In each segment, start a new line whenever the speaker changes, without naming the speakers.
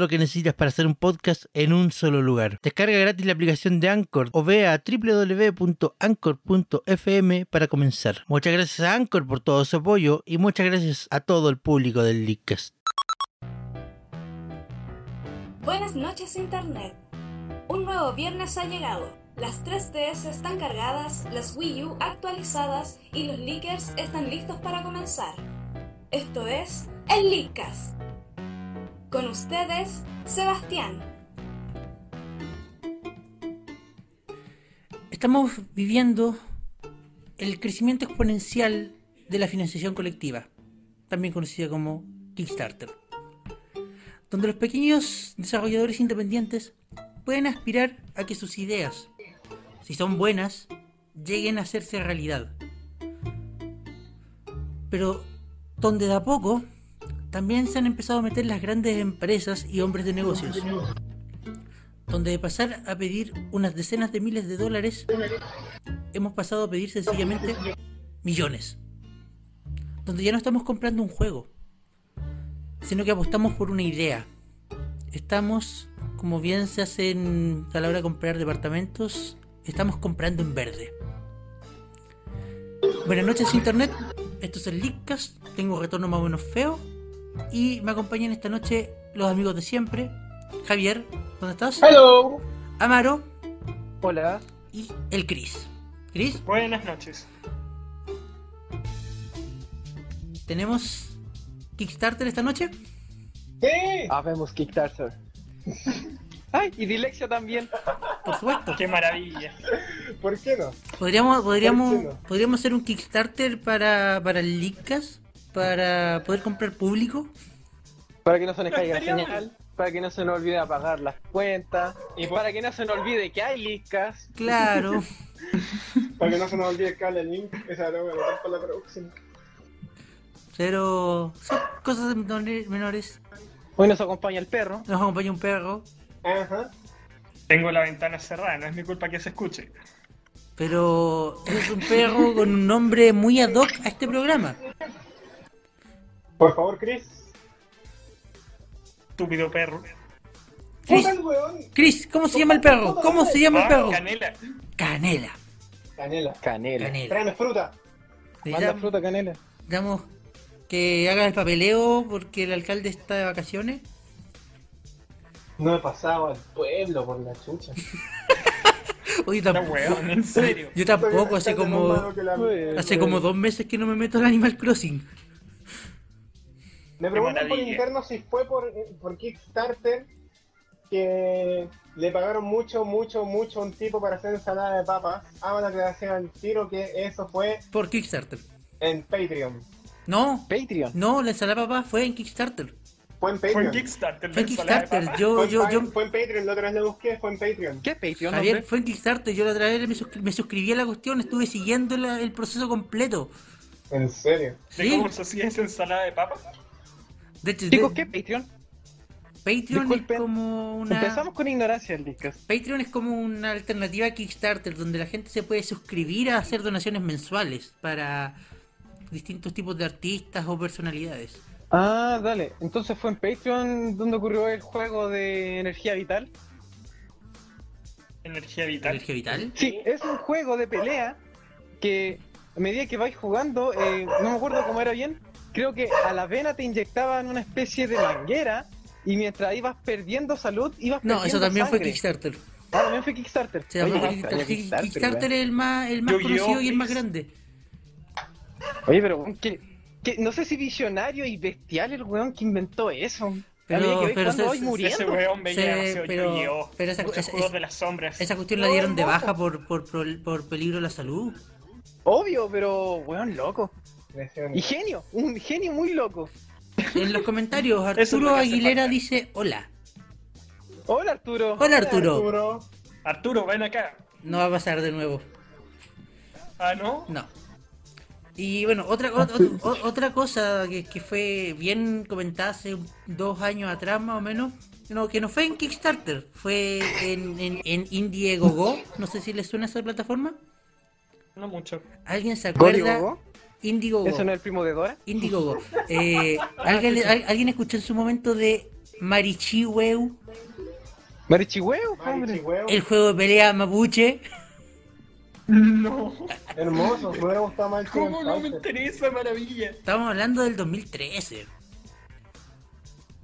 lo que necesitas para hacer un podcast en un solo lugar. Descarga gratis la aplicación de Anchor o ve a www.anchor.fm para comenzar. Muchas gracias a Anchor por todo su apoyo y muchas gracias a todo el público del Leadcast.
Buenas noches Internet. Un nuevo viernes ha llegado. Las 3DS están cargadas, las Wii U actualizadas y los leakers están listos para comenzar. Esto es el Leakcast. Con ustedes, Sebastián.
Estamos viviendo el crecimiento exponencial de la financiación colectiva, también conocida como Kickstarter, donde los pequeños desarrolladores independientes pueden aspirar a que sus ideas, si son buenas, lleguen a hacerse realidad. Pero donde de a poco también se han empezado a meter las grandes empresas y hombres de negocios, donde de pasar a pedir unas decenas de miles de dólares, hemos pasado a pedir sencillamente millones. Donde ya no estamos comprando un juego, sino que apostamos por una idea. Estamos, como bien se hace en- a la hora de comprar departamentos, estamos comprando en verde. Buenas noches Internet, esto es el Leakcast, tengo un retorno más o menos feo y me acompañan esta noche los amigos de siempre, Javier, ¿dónde estás?
Hello.
Amaro
Hola.
y el Cris. Cris,
Buenas noches.
¿tenemos Kickstarter esta noche?
¡Sí!
Ah, vemos Kickstarter.
¡Ay! Y Dilexia también.
Por supuesto.
Qué maravilla.
¿Por qué no?
Podríamos,
¿Por
podríamos,
qué no?
podríamos hacer un Kickstarter para, para el Leakcast, para poder comprar público.
Para que no se nos caiga la
estaría
señal, para que no se nos olvide apagar las cuentas, y para que no se nos olvide que hay liscas.
Claro.
Para que no se nos olvide que el link. Esa no me para la traducción.
Pero son cosas menore- menores.
Hoy nos acompaña el perro.
Nos acompaña un perro.
Ajá.
Tengo la ventana cerrada, no es mi culpa que se escuche.
Pero es un perro con un nombre muy ad hoc a este programa.
Por favor, Chris.
Estúpido perro.
Chris,
¡Puta el weón!
Chris, ¿cómo se llama el perro? ¿Cómo se llama el
Ah,
perro?
Canela.
Canela.
Canela.
Canela.
Canela.
Tráeme fruta.
Manda
Necesitamos
fruta, canela.
necesitamos que haga el papeleo porque el alcalde está de vacaciones.
No he pasado al pueblo por la chucha.
Oye,
No,
tampoco.
weón, en serio.
Yo tampoco, hace como,
Uy,
hace como dos meses que no me meto al Animal Crossing.
Me preguntan por
maravilla.
interno si fue por, por Kickstarter que le pagaron mucho, mucho, mucho a un tipo para hacer ensalada de papas. Hago la creación al tiro que eso fue
Por Kickstarter.
en Patreon.
No,
Patreon.
no, la ensalada papá fue en Kickstarter.
Fue en
Fue en
Patreon.
Kickstarter.
Fue en
la ensalada de
Kickstarter.
papa.
Oh, Yo,
Fue,
yo,
en-
yo.
fue en Patreon, la otra vez lo busqué, fue en Patreon.
¿Qué Patreon,
Javier,
hombre?
fue en Kickstarter. Yo la otra vez me, sus- me suscribí a la cuestión, estuve siguiendo la- el proceso completo.
En serio.
¿De
Sí.
cómo se hacía esa ensalada de papa?
De hecho,
Chicos,
de-
¿qué Patreon?
Patreon
disculpen,
es como una.
Empezamos con ignorancia en liscas.
Patreon es como una alternativa a Kickstarter donde la gente se puede suscribir a hacer donaciones mensuales para distintos tipos de artistas o personalidades.
Ah, dale. Entonces fue en Patreon donde ocurrió el juego de energía vital.
Energía vital.
Energía Vital.
Sí, es un juego de pelea que a medida que vais jugando, eh, no me acuerdo cómo era bien, creo que a la vena te inyectaban una especie de manguera y mientras ibas perdiendo salud, ibas
No,
perdiendo
eso también fue
sangre.
Kickstarter.
Ah, también fue Kickstarter.
Se llamó
Oye,
Kickstarter.
vaya
Kickstarter,
weón.
es el más, el más
Yu-Gi-Oh,
conocido y el más
Chris.
grande.
Oye, pero weón, que, que no sé si visionario y bestial el weón que inventó eso. Habría que
Pero,
ver
pero,
cuándo
se-
voy
se-
muriendo.
Ese weón veía
Sí,
demasiado
pero-
Yu-Gi-Oh!
pero esa-
muchos
esa-
juegos
esa-
de las sombras.
esa cuestión la
No,
dieron de
no,
baja
po.
por, por, por, por peligro a la salud.
Obvio, pero weón loco.
Impresionante.
Y genio, un genio muy loco.
En los comentarios,
es lo
Arturo
que hace
Aguilera
falta.
dice: Hola.
Hola Arturo.
Hola, Arturo.
Arturo.
Arturo, ven acá.
No va a pasar de nuevo.
Ah, ¿no?
No. Y bueno, otra, o- o- o- otra cosa que, que fue bien comentada hace un- dos años atrás más o menos, no, que no fue en Kickstarter, fue en, en, en Indiegogo, no sé si les suena esa plataforma.
No mucho.
¿Alguien se
¿Código?
acuerda? Indiegogo.
¿Eso no es el primo de Dora?
Indiegogo. Eh, ¿alguien, le- al- ¿Alguien escuchó en su momento de Marichiweu,
Marichihueo, hombre.
Marichihuevo.
el juego de pelea mapuche?
No.
Hermoso, me hubiera gustado más el
¿Cómo no me
Chihuahua.
interesa, maravilla?
Estábamos hablando del 2013.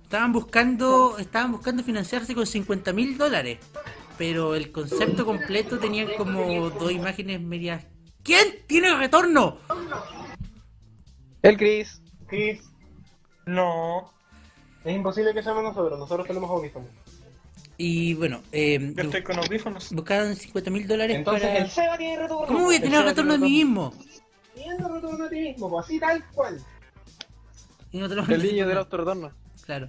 Estaban buscando, estaban buscando financiarse con 50 mil dólares. Pero el concepto completo tenía como dos imágenes medias. ¿Quién tiene retorno?
El Chris.
Chris,
No.
es imposible que seamos nosotros, nosotros tenemos audífonos.
Y bueno, eh,
Yo estoy con audífonos.
buscaban 50 mil dólares
Entonces
para.
el Seba tiene retorno.
¿Cómo voy a tener
El Seba
retorno de
tiene
mí mismo?
Teniendo retorno a ti mismo, pues, así tal cual.
Y no te lo-
El niño del autordono.
Claro.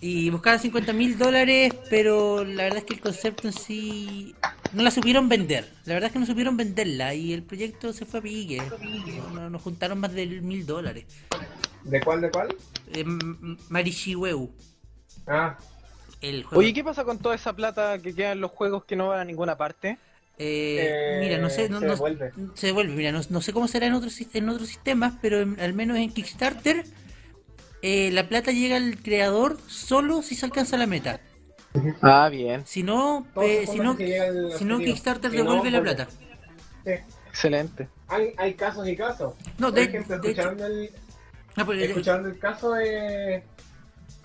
Y buscaban 50 mil dólares, pero la verdad es que el concepto en sí no la supieron vender. La verdad es que no supieron venderla y el proyecto se fue a pique. No- no- Nos juntaron más de mil dólares.
¿De cuál, de cuál?
Eh, M- Marishiweu,
Ah,
el juego.
Oye, ¿qué pasa con toda esa plata que queda en los juegos que no van a ninguna parte?
Eh,
Eh,
mira, no sé, no,
se
no-
devuelve.
se devuelve, mira, no, no sé cómo será en otros sis- en otros sistemas, pero en- al menos en Kickstarter eh, la plata llega al creador solo si se alcanza la meta.
Ah, bien.
Si no,
Todos
eh,
los
si
fondos
no,
que llega al
si no
objetivo.
Kickstarter
Si no,
devuelve la
vuelve.
plata.
sí.
Excelente.
Hay, hay casos y casos.
No,
Por
de-
ejemplo,
de hecho-
escucharon, el,
Ah, pues, eh,
escucharon el caso de,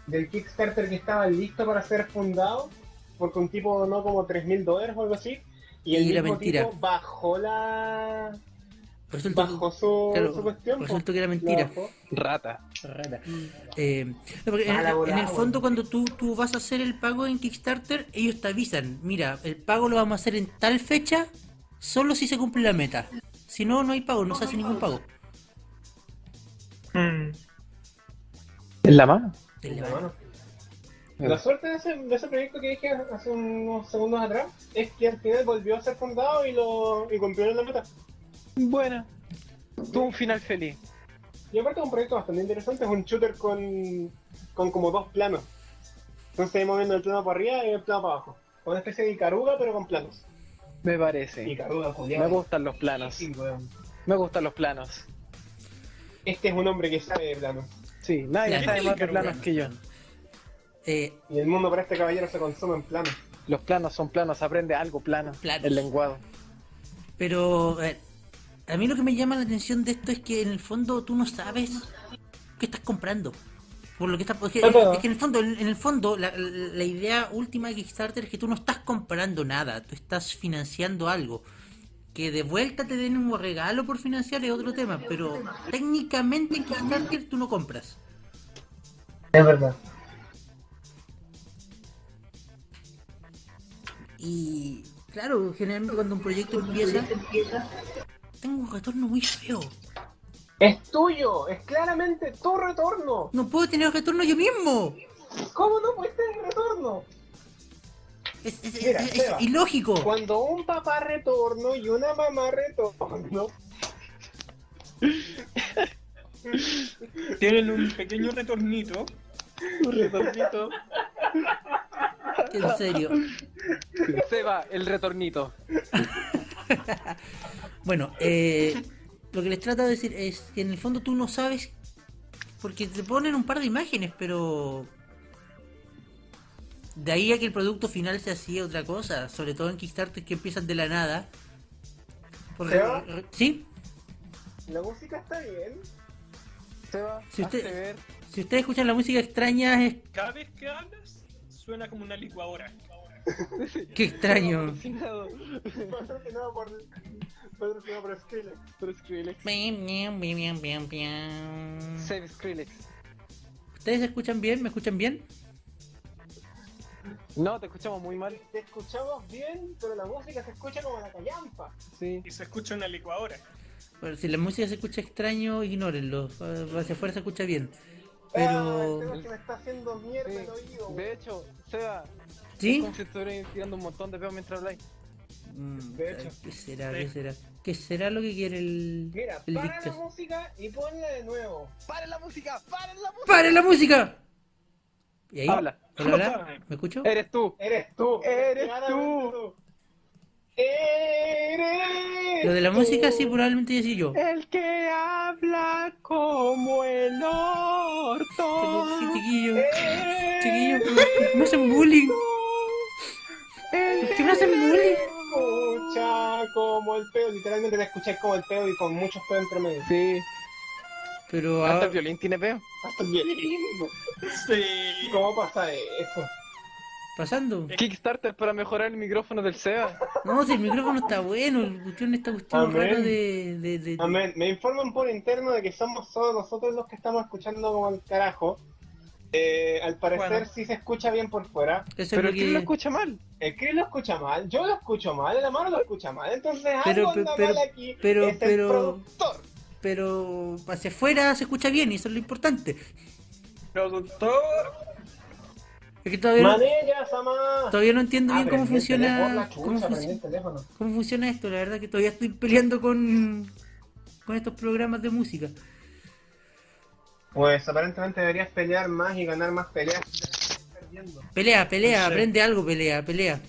del Kickstarter que estaba listo para ser fundado, porque un tipo donó como 3 mil dólares o algo así, y el
Y era
mismo
mentira.
tipo bajó la...
resulta,
bajó su,
claro,
su cuestión. pues.
resultó eh, que era mentira.
La bajó.
Rata.
Eh, no, porque en,
Mala
en
volada,
el fondo cuando
bueno.
tú, tú vas a hacer el pago en Kickstarter, ellos te avisan, mira, el pago lo vamos a hacer en tal fecha, solo si se cumple la meta. Si no, no hay pago, no se hace ningún pago.
Mm.
En la mano.
Te
La
levantan.
mano. La suerte de ese, de ese proyecto que dije hace unos segundos atrás es que al final volvió a ser fundado y lo y cumplieron la meta.
Bueno. Tuvo un final feliz.
Y aparte es un proyecto bastante interesante, es un shooter con, con como dos planos. Entonces ahí moviendo el plano para arriba y el plano para abajo. Una especie de Icaruga pero con planos.
Me parece.
Icaruga,
Me
Julián.
gustan los planos.
Sí, weón.
Me gustan los planos.
Este es un hombre que sabe de planos.
Sí, nadie
Planos,
sabe más de
pero
planos
bueno.
que yo.
Eh,
Y el mundo para este caballero se consume en planos.
Los planos son planos, aprende algo plano.
Planos.
El lenguado.
pero eh, a mí lo que me llama la atención de esto es que en el fondo tú no sabes qué estás comprando. Por lo que estás, porque-
Ah, Claro.
es que en el fondo, en, en el fondo la, la idea última de Kickstarter es que tú no estás comprando nada, tú estás financiando algo. Que de vuelta te den un regalo por financiar es otro tema, pero técnicamente en Kickstarter tú no compras.
Es verdad.
Y claro, generalmente cuando un proyecto empieza, tengo un retorno muy feo.
Es tuyo, es claramente tu retorno.
No puedo tener retorno yo mismo.
¿Cómo no fuiste el retorno?
Es, es-
Mira,
es- es
Seba,
ilógico.
Cuando un papá retorno y una mamá retorno.
Tienen un pequeño retornito.
Retornito.
En serio.
Seba, el retornito.
Bueno, eh, lo que les trato de decir es que en el fondo tú no sabes. Porque te ponen un par de imágenes, pero. De ahí a que el producto final se hacía otra cosa. Sobre todo en Kickstarter que empiezan de la nada. Porque-
Seba.
¿Sí?
La música está bien.
Seba,
Si
hazte
usted-
ver.
Si ustedes escuchan la música extraña, es
Cada vez que hablas, suena como una licuadora.
que extraño.
Fascinado.
Patrocinado por, patrocinado por Skrillex.
Pero Skrillex. Save Skrillex.
¿Ustedes escuchan bien? ¿Me escuchan bien?
No, te escuchamos muy mal.
Te escuchamos bien, pero la música se escucha como la callampa.
Sí.
Y se escucha una licuadora.
Bueno, si la música se escucha extraño, ignórenlo. Ah, Hacia afuera se escucha bien.
Ah, el tema
Pero.
es que me está haciendo mierda
Sí.
el oído.
De
güey.
hecho, Seba, es
¿Sí?
como si estuvieras tirando un montón de peos mientras habláis.
Mm,
De hecho.
¿Qué será?
Sí.
¿Qué será? ¿Qué será lo que quiere el.
Mira,
el
para la
dicta?
música y ponla de nuevo.
¡Paren la música! ¡Paren la música!
¡Pare la música! ¿Y ahí?
Habla.
¿Hola, hola? ¿Me escucho?
Eh,
Eres tú.
Eres tú.
Eres
claramente
tú.
Eres
Lo de la música
eh,
sí, probablemente sí yo.
El que habla como el orto.
Sí, chiquillo.
eh,
Chiquillo, pero me hacen bullying.
El
¿Por qué me hacen bullying?
Escucha como el pedo, literalmente la escuché como el pedo y con muchos pedos entre medio.
Sí,
Pero
hasta
ah,
el violín tiene peo.
Hasta el violín. güey.
Sí.
¿Cómo pasa eso?
pasando.
Kickstarter para mejorar el micrófono del Seba.
No, si el micrófono está bueno, el cuestión esta cuestión
Amén.
rara de, de, de-
Amén. Me informan por interno de que somos solo nosotros los que estamos escuchando como el carajo. Eh, al parecer
Bueno.
sí se escucha bien por fuera.
Eso
Pero
es lo
¿quién lo
que.
escucha mal?
El Chris lo escucha mal, yo lo escucho mal, el Amaro lo escucha mal. Entonces
Pero,
algo anda
pero,
mal aquí.
pero,
es
pero-
el productor.
Pero hacia afuera se escucha bien y eso es lo importante.
Productor.
Es que todavía no,
Maneja, Sama.
todavía no entiendo bien cómo
Aprendí Ah, el teléfono, la
funciona.
chucha,
Cómo, func-
aprendí el teléfono.
cómo funciona esto, la verdad que todavía estoy peleando con. con estos programas de música.
Pues aparentemente deberías pelear más y ganar más peleas. Perdiendo.
Pelea, pelea,
Sí.
aprende algo, pelea, pelea.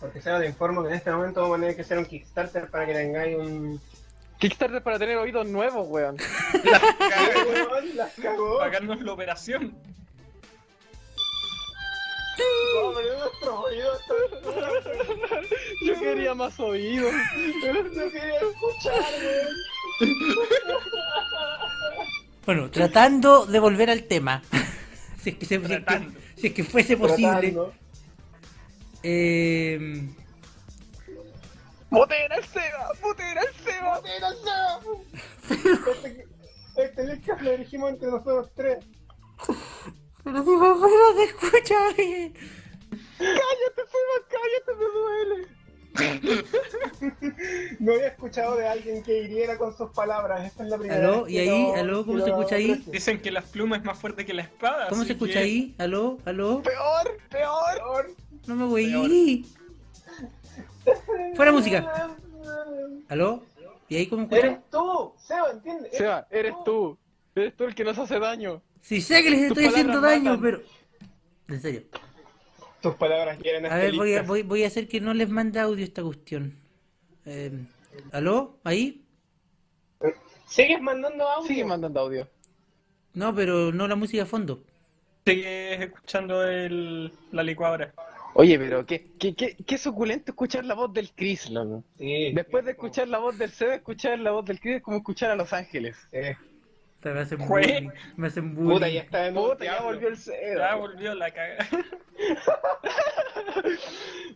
Porque se te informo que en este momento vamos a tener que hacer un Kickstarter para que tengáis un.
Kickstarter para tener oídos nuevos, weón.
Weón, las
Oh.
cagó.
Pagarnos la operación.
Vamos a poner nuestros oídos,
Yo quería más oídos.
no quería escuchar, weón.
Bueno, tratando de volver al tema. si, es que se- si es que-
Tratando.
si es que fuese posible.
Tratando.
Eh,
¡Botera el Seba! ¡Botera el Seba!
Mira, no. Este- Este Lickas lo dirigimos entre nosotros tres.
pero digo, bueno, te escucha bien.
¡Cállate, Seba! ¡Cállate, me duele!
No había escuchado de alguien que hiriera con sus palabras. Esta es la primera
Aló,
vez.
¿y ahí? Aló, ¿cómo se escucha ahí?
Dicen que la pluma es más fuerte que la espada.
¿Cómo
así
se escucha
que-
ahí? ¿Aló? ¿Aló?
¡Peor! ¡Peor!
No me voy. Fuera música. ¿Aló? ¿Y ahí
¿Eh?
cómo escucha?
¡Eres tú! Seba, ¿entiendes?
Seba, eres tú. Eres tú el que nos hace daño.
Sí, sé que les
Tus
estoy haciendo
palabras
daño,
matan.
pero. En serio.
Tus palabras este quieren
A ver, voy a, voy, voy a hacer que no les mande audio esta cuestión. Eh, ¿Aló? ¿Ahí?
¿Sigues mandando audio?
Sigue mandando audio.
No, pero no la música a fondo.
Sigues escuchando el, la licuadora.
Oye, pero qué, qué, qué, qué suculento escuchar la voz del Chris, loco.
Sí.
Después de escuchar la voz del Seba, escuchar la voz del Chris es como escuchar a Los Ángeles. Mm.
Eh,
O sea, Me hacen
Jue-
bullying. Me hacen bullying.
puta, ya está de nuevo.
Puta, ya
diablo.
volvió el
Ya
Seba.
volvió la cagada.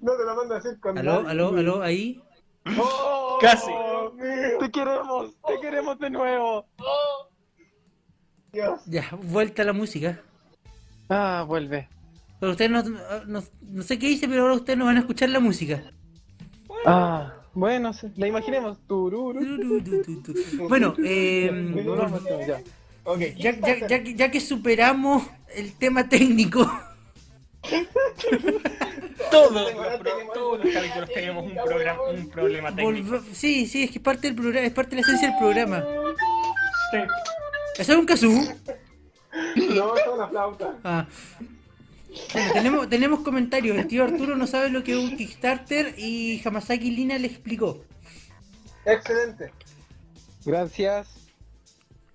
No te lo mando a decir con
¿Aló?
nadie.
¿Aló? ¿Aló? ¿Ahí?
¡Oh!
Casi.
¡Te queremos! ¡Te queremos de nuevo!
Dios.
Ya, vuelta a la música.
Ah, vuelve.
Pero ustedes no, no, no sé qué hice, pero ahora ustedes no van a escuchar la música.
Ah, bueno, se- la imaginemos. Tururu.
Tu, tu, tu, tu. Bueno, eh,
No, no, no, ya.
Ok,
ya, ya-
¿qué pasa?
ya que- ya que superamos el tema técnico,
Todos los, pro- todos los capítulos tenemos un, programa, un problema técnico.
volv- sí, sí, es que es parte del programa, es parte de la esencia del programa.
Sí.
¿Eso es un kazoo?
No, es una flauta.
Ah. Bueno, tenemos, tenemos comentarios. El tío Arturo no sabe lo que es un Kickstarter y Hamasaki Lina le explicó.
Excelente.
Gracias.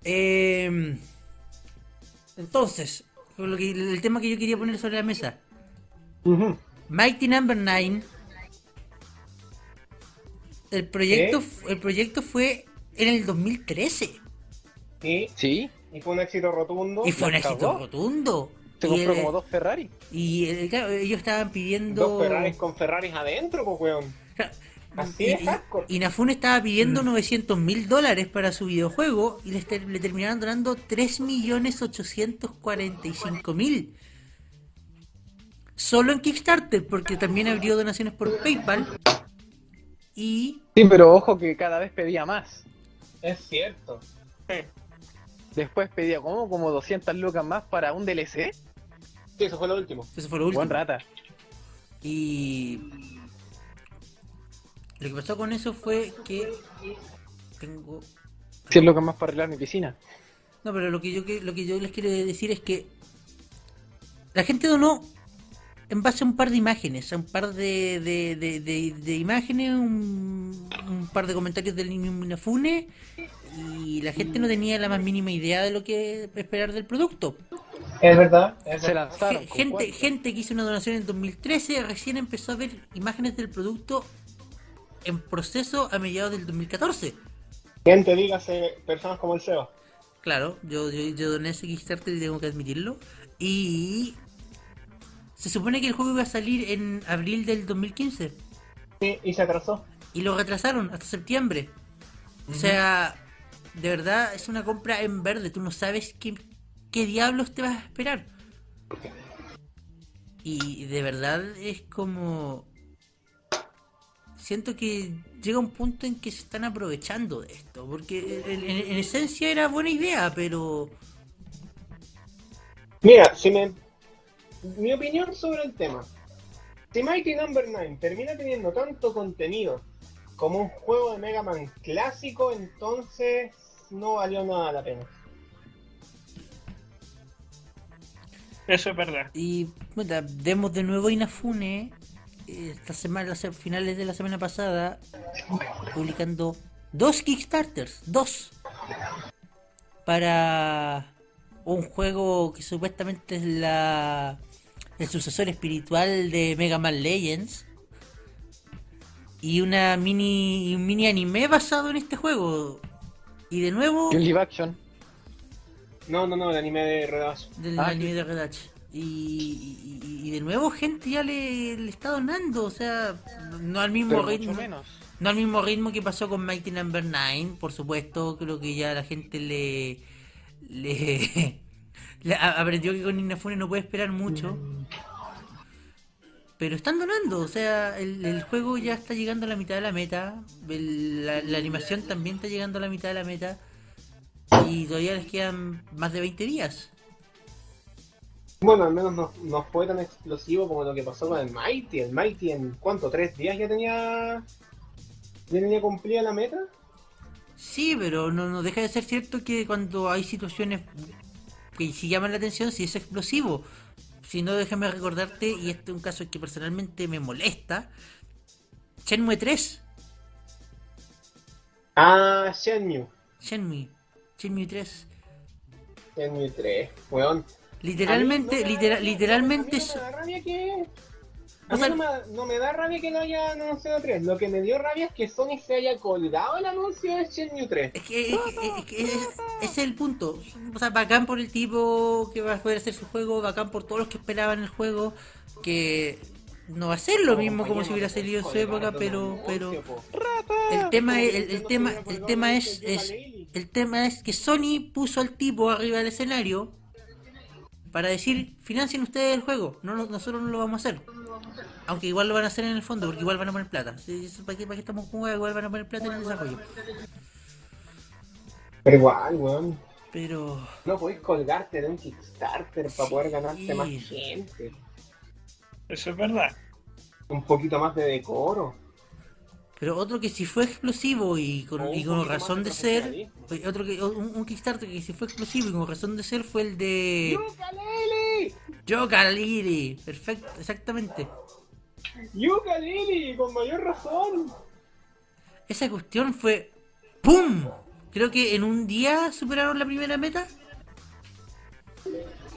Eh, entonces, con lo que- el tema que yo quería poner sobre la mesa. Mighty Number 9. El proyecto, f- el proyecto fue en el 2013
Y,
¿Sí?
y fue un éxito rotundo.
y fue un
la
éxito
cagó.
rotundo.
Te
y
compró
el-
como dos Ferrari.
y el- claro, ellos estaban pidiendo.
Dos Ferraris con Ferraris adentro, pues, weón.
Claro,
Así
y-
es,
y-
hardcore.
y Inafune estaba pidiendo 900 mil dólares para su videojuego y les ter- le terminaron donando 3.845.000. solo en Kickstarter, porque también abrió donaciones por PayPal. Y
Sí, pero ojo que cada vez pedía más.
Es cierto.
Después pedía como como 200 lucas más para un DLC.
Sí, eso fue lo último.
eso fue lo último.
Buen rata.
Y lo que pasó con eso fue que tengo
100 lucas más para arreglar mi piscina.
No, pero lo que yo que- lo que yo les quiero decir es que la gente donó en base a un par de imágenes, a un par de, de, de- de- de imágenes, un, un par de comentarios del niño Minafune y la gente no tenía la más mínima idea de lo que esperar del producto.
Es verdad. Es
Se
verdad.
lanzaron.
Ge-
con
gente,
cuatro.
gente que hizo una donación en 2013 recién empezó a ver imágenes del producto en proceso a mediados del 2014.
Gente, dígase, personas como el Seba.
Claro, yo, yo, yo doné ese Kickstarter y tengo que admitirlo. Y se supone que el juego iba a salir en abril del 2015
Sí, y se atrasó.
y lo retrasaron hasta septiembre. O sea, de verdad es una compra en verde, tú no sabes qué, qué diablos te vas a esperar. Y de verdad es como... Siento que llega un punto en que se están aprovechando de esto, porque en, en- en esencia era buena idea, pero...
Mira, si me... mi opinión sobre el tema. Si Mighty Number 9 termina teniendo tanto contenido como un juego de Mega Man clásico, entonces no valió nada la pena.
Eso es verdad.
Y puta, vemos de nuevo Inafune eh, esta semana, las finales de la semana pasada, publicando dos Kickstarters, dos para un juego que supuestamente es la el sucesor espiritual de Mega Man Legends y una mini y un mini anime basado en este juego. Y de nuevo
Y un live action.
No, no, no, el anime de Redazo.
del
Ah,
anime de Red Hatch. Y, y- y- y de nuevo gente ya le, le está donando, o sea, no al mismo
Pero
ritmo.
mucho menos.
No al mismo ritmo que pasó con Mighty Number 9, por supuesto, creo que ya la gente le le, le a- aprendió que con Inafune no puede esperar mucho. Pero están donando, o sea, el, el juego ya está llegando a la mitad de la meta, el- la, la animación también está llegando a la mitad de la meta y todavía les quedan más de 20 días.
Bueno, al menos no, no fue tan explosivo como lo que pasó con el Mighty. El Mighty en cuánto, tres días ya tenía. ya tenía cumplida la meta.
Sí, pero no, no deja de ser cierto que cuando hay situaciones que sí llaman la atención, si es explosivo. Si no, déjame recordarte, y este es un caso que personalmente me molesta, Shenmue 3.
Ah, Shenmue.
Shenmue. Shenmue 3.
Shenmue 3, weón.
Literalmente,
A mí no me da
litera-
rabia,
literalmente...
a mí no me da rabia que.
O
A mí
sea-
no, me, no me da rabia que no haya anunciado 3. Lo que me dio rabia es que Sony se haya colgado el anuncio de Shenmue 3.
Es que, es, que- es- es el punto. O sea, bacán por el tipo que va a poder hacer su juego, bacán por todos los que esperaban el juego, que no va a ser lo mismo como si hubiera salido en su época, pero, pero el tema es, el, el tema, el tema es, es- el tema es que Sony puso al tipo arriba del escenario para decir financien ustedes el juego, no, no- nosotros no lo vamos a hacer. Aunque igual lo van a hacer en el fondo, porque igual van a poner plata. Sí, eso, ¿Para qué, para qué estamos con hueá? Igual van a poner plata en el desarrollo.
Pero igual, weón.
Pero
No podés colgarte de un Kickstarter para poder
Sí.
ganarte más gente.
Eso es verdad.
Un poquito más de decoro.
Pero otro que si fue explosivo y con,
O Oh, un
y con
poquito más
razón
de
de ser,
profesionalismo.
fue otro que un, un Kickstarter que si fue explosivo y con razón de ser fue el de
¡Yucalili!
Yokaliri. Perfecto, exactamente.
¡Yucalili! Con mayor razón.
Esa cuestión fue ¡pum! Creo que en un día superaron la primera meta.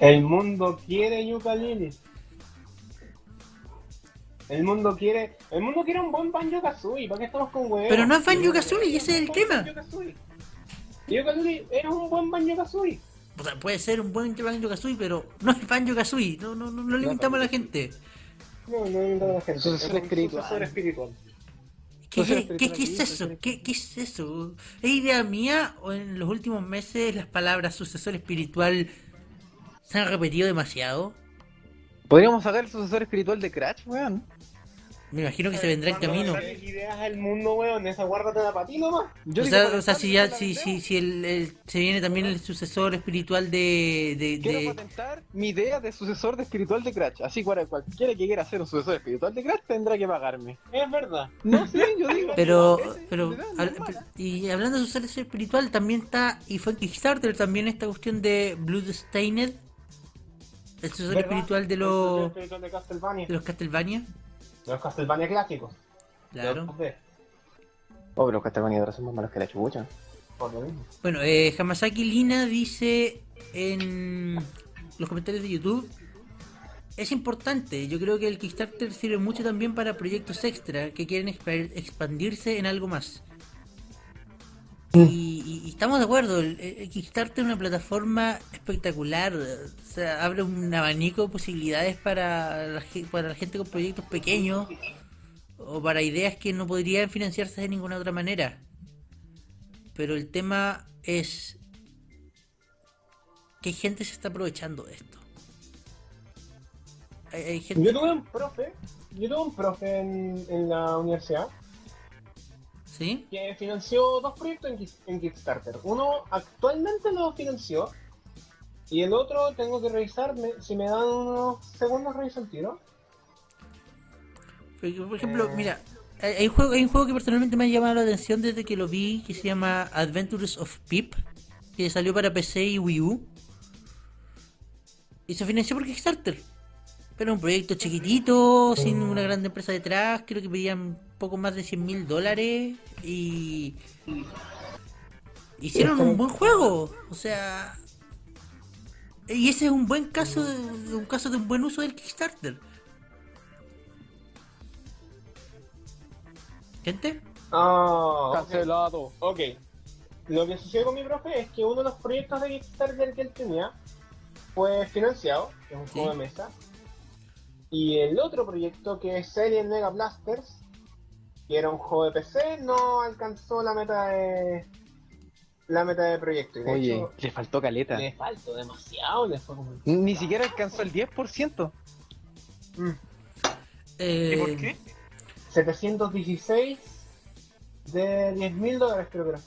El mundo quiere Yucalini. El mundo quiere. El mundo quiere un buen Banjo Kazooie. ¿Para qué estamos con huevos?
Pero no es Banjo-Kazooie, y ese es el tema.
Yucalini era un buen Banjo Kazooie.
O sea, puede ser un buen Banjo Kazooie, pero no es Banjo Kazooie. No, no, no, no limitamos a la gente.
No, no no, no, la gente.
Sucesor
Era un
espiritual.
sucesor espiritual.
¿Qué,
Entonces,
qué, qué-
la película
qué es
que hizo,
eso?
tiene-
¿Qué, qué es eso? ¿Es idea mía o en los últimos meses las palabras sucesor espiritual se han repetido demasiado?
Podríamos sacar el sucesor espiritual de Crash, weón.
Me imagino que se vendrá en camino.
Salen ideas al mundo, weón, esa guárdate la ti nomás.
Yo
O
digo,
sea,
por
o sea,
el
si
tanto,
ya,
yo la
si,
veo.
si, si el, el- se viene también el sucesor espiritual de, de,
Quiero
de-
patentar mi idea de sucesor de espiritual de Crash. Así que cualquiera que quiera ser un sucesor espiritual de Crash tendrá que pagarme.
Es verdad.
No sé, yo digo.
Pero,
ese,
pero,
¿verdad?
habla-
No es mala.
y hablando de sucesor espiritual, también está, y fue en Kickstarter también esta cuestión de Bloodstained, el sucesor
¿Verdad?
espiritual de
El
los,
sucesor espiritual de Castlevania.
de los Castlevania,
De los Castlevania clásicos.
claro.
De los 2D,
Oh, pero los Castlevania son más malos que la chubucha.
Por lo mismo.
Bueno, eh, Hamasaki Lina dice en los comentarios de YouTube. Es importante, yo creo que el Kickstarter sirve mucho también para proyectos extra que quieren expa- expandirse en algo más. Y, y- y estamos de acuerdo, el, el Kickstarter es una plataforma espectacular, o sea, abre un abanico de posibilidades para la, ge- para la gente con proyectos pequeños o para ideas que no podrían financiarse de ninguna otra manera. Pero el tema es que gente se está aprovechando de esto. Hay, hay gente
Yo tuve un profe, yo tuve un profe en, en la universidad
¿Sí?
que financió dos proyectos en, Kick- en Kickstarter. Uno actualmente lo financió y el otro tengo que revisar, me- si me dan unos segundos reviso el tiro.
Porque, por ejemplo,
Eh.
mira, hay, hay un juego, hay un juego que personalmente me ha llamado la atención desde que lo vi, que se llama Adventures of Pip, que salió para PC y Wii U. Y se financió por Kickstarter. Pero un proyecto chiquitito, sin una gran empresa detrás, creo que pedían poco más de 100 mil dólares y... Hicieron un buen juego, o sea... Y ese es un buen caso, de- de un caso de un buen uso del Kickstarter. ¿Gente?
Ah, ok.
Cancelado.
Ok. Lo que sucedió con mi profe es que uno de los proyectos de Kickstarter que él tenía fue financiado, que es un
Sí.
juego de mesa. Y el otro proyecto, que es Alien Mega Blasters, que era un juego de PC, no alcanzó la meta de. La meta de proyecto. Y de
Oye,
hecho,
le faltó caleta.
le faltó demasiado, le fue como. el-
Ni siquiera alcanzó el 10%.
Mm.
¿Y
Eh,
por qué?
716 de 10 mil dólares, creo que era.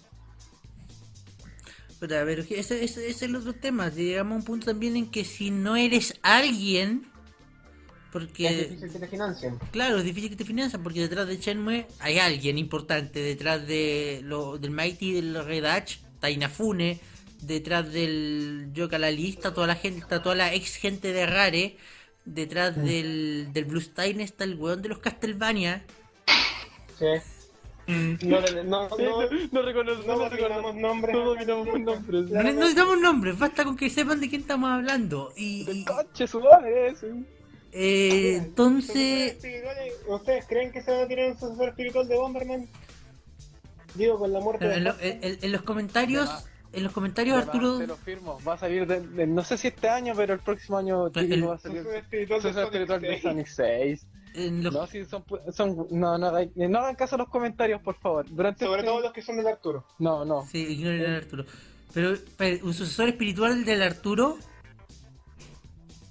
Pero a ver, ese, ese- ese es el otro tema. Llegamos a un punto también en que si no eres alguien,
Es
porque
difícil que te financien.
claro, es difícil que te financian, porque detrás de Shenmue hay alguien importante, detrás de lo, del Mighty, del Red Hatch, está Inafune, detrás del Yoka la lista, toda la gente, está toda la ex gente de Rare, detrás del, del Bluestein está el weón de los Castlevania.
Sí. No, no, no,
No reconozco,
no dominamos nombres.
No dominamos un nombre.
No, ne- no necesitamos nombres, basta con que sepan de quién estamos hablando. Y, y-
Conche su madre ese.
eh, entonces,
Espirituales, ¿Ustedes creen que se va a tirar un sucesor espiritual de Bomberman? Digo, con la muerte
Bueno,
de
en, Eh, lo- en- en- en los comentarios, en los comentarios Arturo,
Te lo firmo. Va a salir, de, de- no sé si este año, pero el próximo año
Pero Pues,
típico
el-
va a salir.
sucesor espiritual de
Sucesor
Sonic
espiritual de
6.
Sonic 6.
en los-
No, si son, pu- son no, no, hagan- no hagan caso a los comentarios, por favor. Durante
Sobre
este-
todo los que son del Arturo.
No, no.
sí, ignoren al Arturo. Pero, pero, un sucesor espiritual del Arturo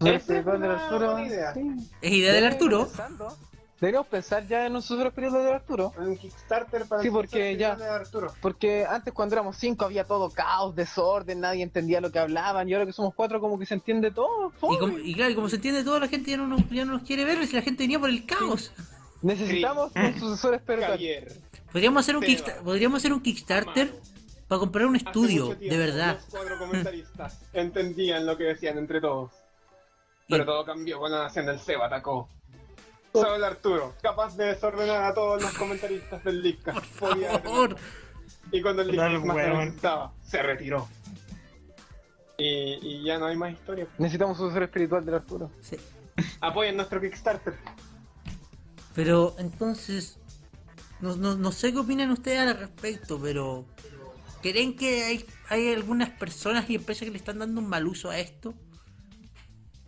Esa
Este,
es
con
una
el Arturo,
buena idea.
sí.
es idea
Oh,
del Arturo.
Pensando, Deberíamos pensar ya en un sucesor espiritual del Arturo.
Un Kickstarter para
Sí,
el
porque
sucesor
ya-
espiritual del Arturo.
Porque antes cuando éramos cinco había todo caos, desorden, nadie entendía lo que hablaban y ahora que somos cuatro como que se entiende todo.
Y,
fome.
oh.
como, y claro, y como se entiende, toda la gente ya no, nos, ya no nos quiere ver. Si la gente venía por el caos,
Necesitamos un sucesor espiritual.
Javier.
podríamos hacer un,
Seba.
kicksta- podríamos hacer un Kickstarter
Mano, hace
para comprar un estudio,
mucho
de
tiempo
verdad.
Los cuatro comentaristas entendían lo que decían entre todos. Pero
Y-
todo cambió cuando nación del Seba atacó. Solo el Arturo, capaz de desordenar a todos los comentaristas del Leadcast.
Por
Podía haberlo
favor.
Y cuando el
Claro,
Lickers más
weón.
avanzaba, se retiró. Y, y ya no hay más historia.
Necesitamos un sucesor espiritual del Arturo.
Sí.
Apoyen nuestro Kickstarter.
Pero entonces, no, no, no sé qué opinan ustedes al respecto, pero ¿creen que hay, hay algunas personas y empresas que le están dando un mal uso a esto?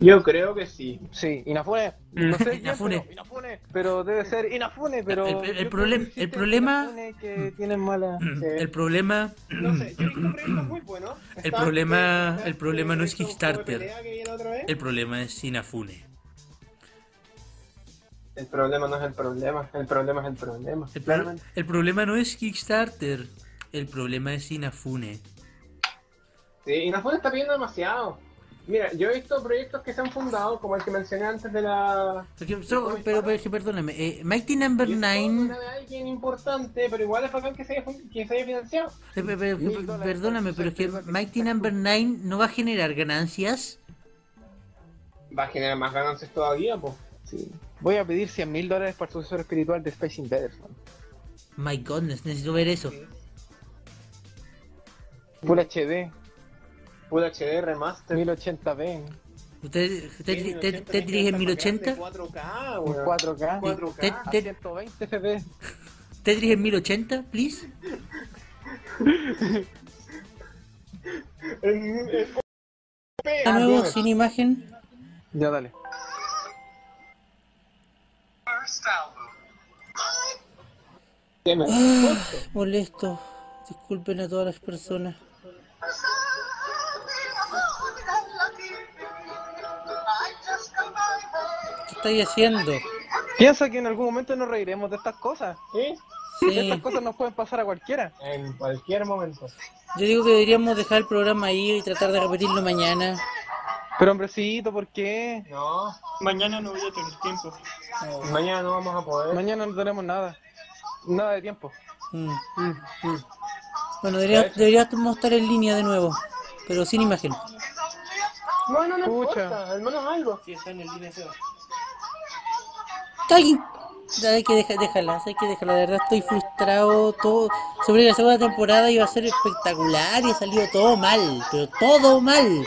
Yo creo que sí.
Sí, Inafune.
Mm.
No sé. quién,
Inafune.
pero Inafune. Pero debe ser Inafune, pero...
El- el- el
yo creo
problem-
que existe
el problema- Mm.
Inafune que tienen mala...
El problema,
No sé, yo he visto proyectos muy buenos. Está
problema-
este-
el problema no es
este juego de
Kickstarter.
pelea que viene otra vez.
el problema es Inafune.
El problema no es el problema, el problema es el problema.
El, pro-
Claramente.
el problema no es Kickstarter, el problema es Inafune.
Sí, y Inafune está pidiendo demasiado. Mira, yo he visto proyectos que se han fundado, como el que mencioné antes de la...
Porque- so- pero, pero es que perdóname, eh, Mighty Number
y es
9,
obra de alguien importante, pero igual es bacán que se haya, fun- que se haya financiado.
eh, pe- pe-
Mil
pe-
dólares.
perdóname, pero es que Mighty Number 9 no va a generar ganancias.
Va a generar más ganancias todavía, pues.
Sí. Voy a pedir 100 mil dólares para el sucesor espiritual de Space Invaders. man.
My goodness, necesito ver eso.
Full HD,
Full HD Remaster.
1080p,
¿Usted, usted, usted- usted dirige en 1080?
4K,
en
weón.
4K,
cuatro-
¿Usted,
4K,
a
usted-
120 FPS.
usted dirige en 1080, please?
En- en-
De nuevo, sin imagen.
Ya dale.
Molesto. Disculpen a todas las personas. ¿Qué estáis haciendo?
Piensa que en algún momento nos reiremos de estas cosas.
Sí,
Sí.
Estas cosas nos pueden pasar a cualquiera.
en cualquier momento.
Yo digo que deberíamos dejar el programa ahí y tratar de repetirlo mañana.
Pero hombrecito, ¿por qué?
No,
Mañana no voy a tener tiempo.
mañana no vamos a poder.
Mañana no tenemos nada. Nada de tiempo.
Mm. Bueno, debería- deberíamos estar en línea de nuevo, pero sin imagen.
No, no, no
Pucha.
importa, al menos algo.
Sí, está en el línea cero.
Está alguien- Ya, Hay que deja- déjala, hay que dejarla. De verdad estoy frustrado. Todo... Sobre la segunda temporada iba a ser espectacular y ha salido todo mal, pero todo mal.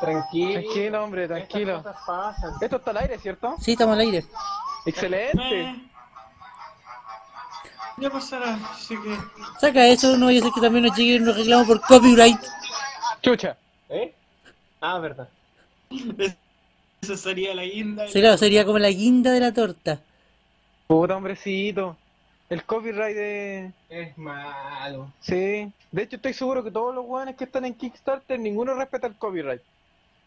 Tranquilo.
Tranquilo, hombre,
estas
tranquilo.
cosas pasan.
Esto está al aire, ¿cierto?
Sí, estamos al aire.
Excelente.
Eh, Ya pasará, así que.
Saca eso, no vaya a ser que también nos lleguen unos reclamos por copyright.
Chucha.
¿Eh? Ah, verdad.
Esa sería la guinda.
Sería, sería como la guinda de la torta.
Puta, hombrecito. El copyright de...
Es malo.
Sí. De hecho, estoy seguro que todos los weones que están en Kickstarter, ninguno respeta el copyright.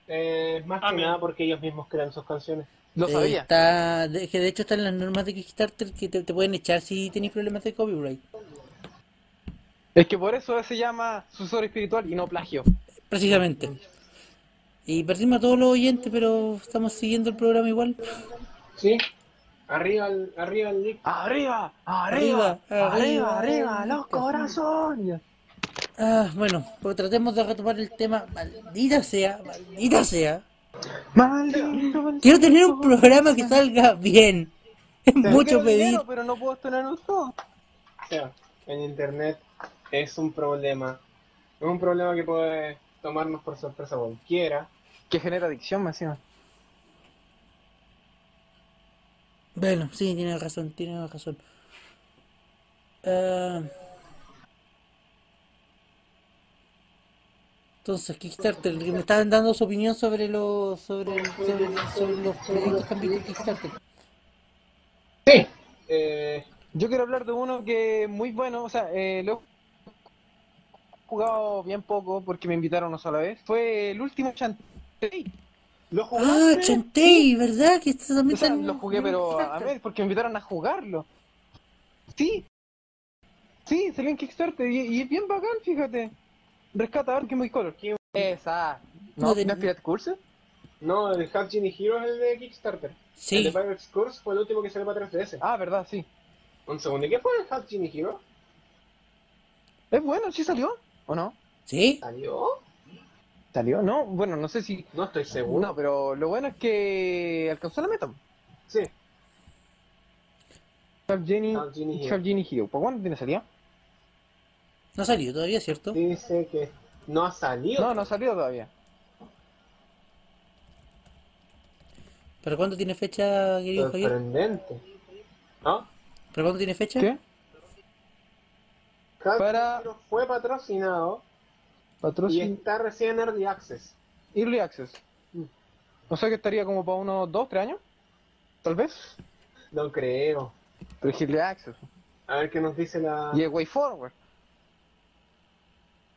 Eh, más que
Amén.
nada porque ellos mismos crean sus canciones.
Lo
Eh,
sabía.
Está, de, que de hecho están las normas de Kickstarter que te, te pueden echar si tenés problemas de copyright.
Es que por eso se llama sucesor espiritual y no plagio.
Precisamente. Y perdimos a todos los oyentes, pero estamos siguiendo el programa igual.
Sí. Arriba el, arriba el link.
¡Arriba!
Arriba,
¡Arriba!
arriba,
¡Arriba! ¡Arriba! ¡Los corazones!
Ah, bueno, pues tratemos de retomar el tema. Maldita sea, maldita sea.
¡Maldito!
Quiero tener un programa que salga bien. Es mucho
Quiero
pedir.
dinero, pero no puedo tenerlo todo.
O sea, en internet es un problema. Es un problema que puede tomarnos por sorpresa cualquiera.
Que genera adicción, más encima.
Bueno, sí, tiene razón, tiene razón. Ah. Entonces, Kickstarter, que me estaban dando su opinión sobre los sobre, sobre, sobre los proyectos que han visto en Kickstarter.
Sí. Eh,
Yo quiero hablar de uno que es muy bueno, o sea, eh, lo he jugado bien poco porque me invitaron una sola vez. Fue el último Chantey.
¿Lo
Ah,
jugaste?
Chantey, ¿verdad? Que esto también
O sea,
está en-
lo jugué, pero a ver, porque me invitaron a jugarlo. Sí, sí, salió en Kickstarter y, y es bien bacán, fíjate. Rescata Arkham Boy Color. Esa. ¿No,
No, de-
¿No es Pirate Curse?
No, el Half Genie Hero es el de Kickstarter. El
Sí,
de Pirate's Curse fue el último que salió para 3DS.
Ah, verdad, sí.
Un segundo, ¿y qué fue el Half Genie Hero?
Es bueno, sí salió. ¿O no?
sí.
¿Salió?
¿Salió? No, bueno, no sé si...
No estoy seguro.
No, pero lo bueno es que alcanzó la meta.
Sí.
Half Genie,
Half Genie Hero.
Half Genie Hero. ¿Para cuándo tiene salida?
No ha salido todavía, ¿cierto?
Dice que no ha salido.
No, no ha salido todavía.
¿Pero cuándo tiene fecha, querido Javier?
Sorprendente. ¿No?
¿Pero cuándo tiene fecha?
¿Qué?
Half
Para-
Genie Hero fue patrocinado y
Patrocinio.
está recién en Early Access.
Early Access.
Mm.
O sea que estaría como para unos 2, 3 años. Tal vez.
No creo.
Pero es Early Access.
A ver qué nos dice la...
Y es Way Forward.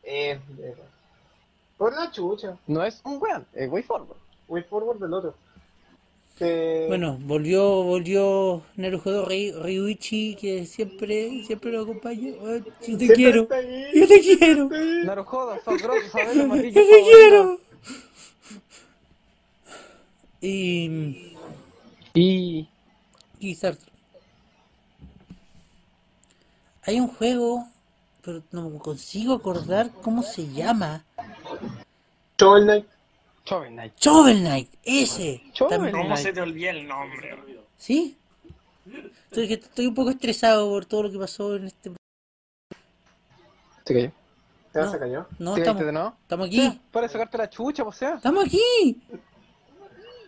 Eh, eh, por la chucha.
No es un weón, es Way Forward.
Way Forward del otro. Este,
Bueno, volvió, volvió Naruhodo Ry- Ryuichi, que siempre, siempre lo acompaña. Oh, yo te
siempre
quiero,
está ahí.
yo te quiero, yo
Narujodo, sos grosso, sabés
te
lo amarillo, favorito.
quiero. Y,
Y.
y Sartre. Hay un juego, pero no me consigo acordar cómo se llama.
Shovel Knight.
Shovel Knight.
Shovel Knight, ese.
Shovel
Tam-
¿Cómo se te olvida el nombre?
¿Sí? Estoy, que estoy un poco estresado por todo lo que pasó en este...
¿Te cayó?
¿Te
No.
se cayó?
No,
¿Te
estamos,
caíste de nuevo?
estamos
Sí,
aquí.
para sacarte la chucha, o sea.
¡Estamos aquí!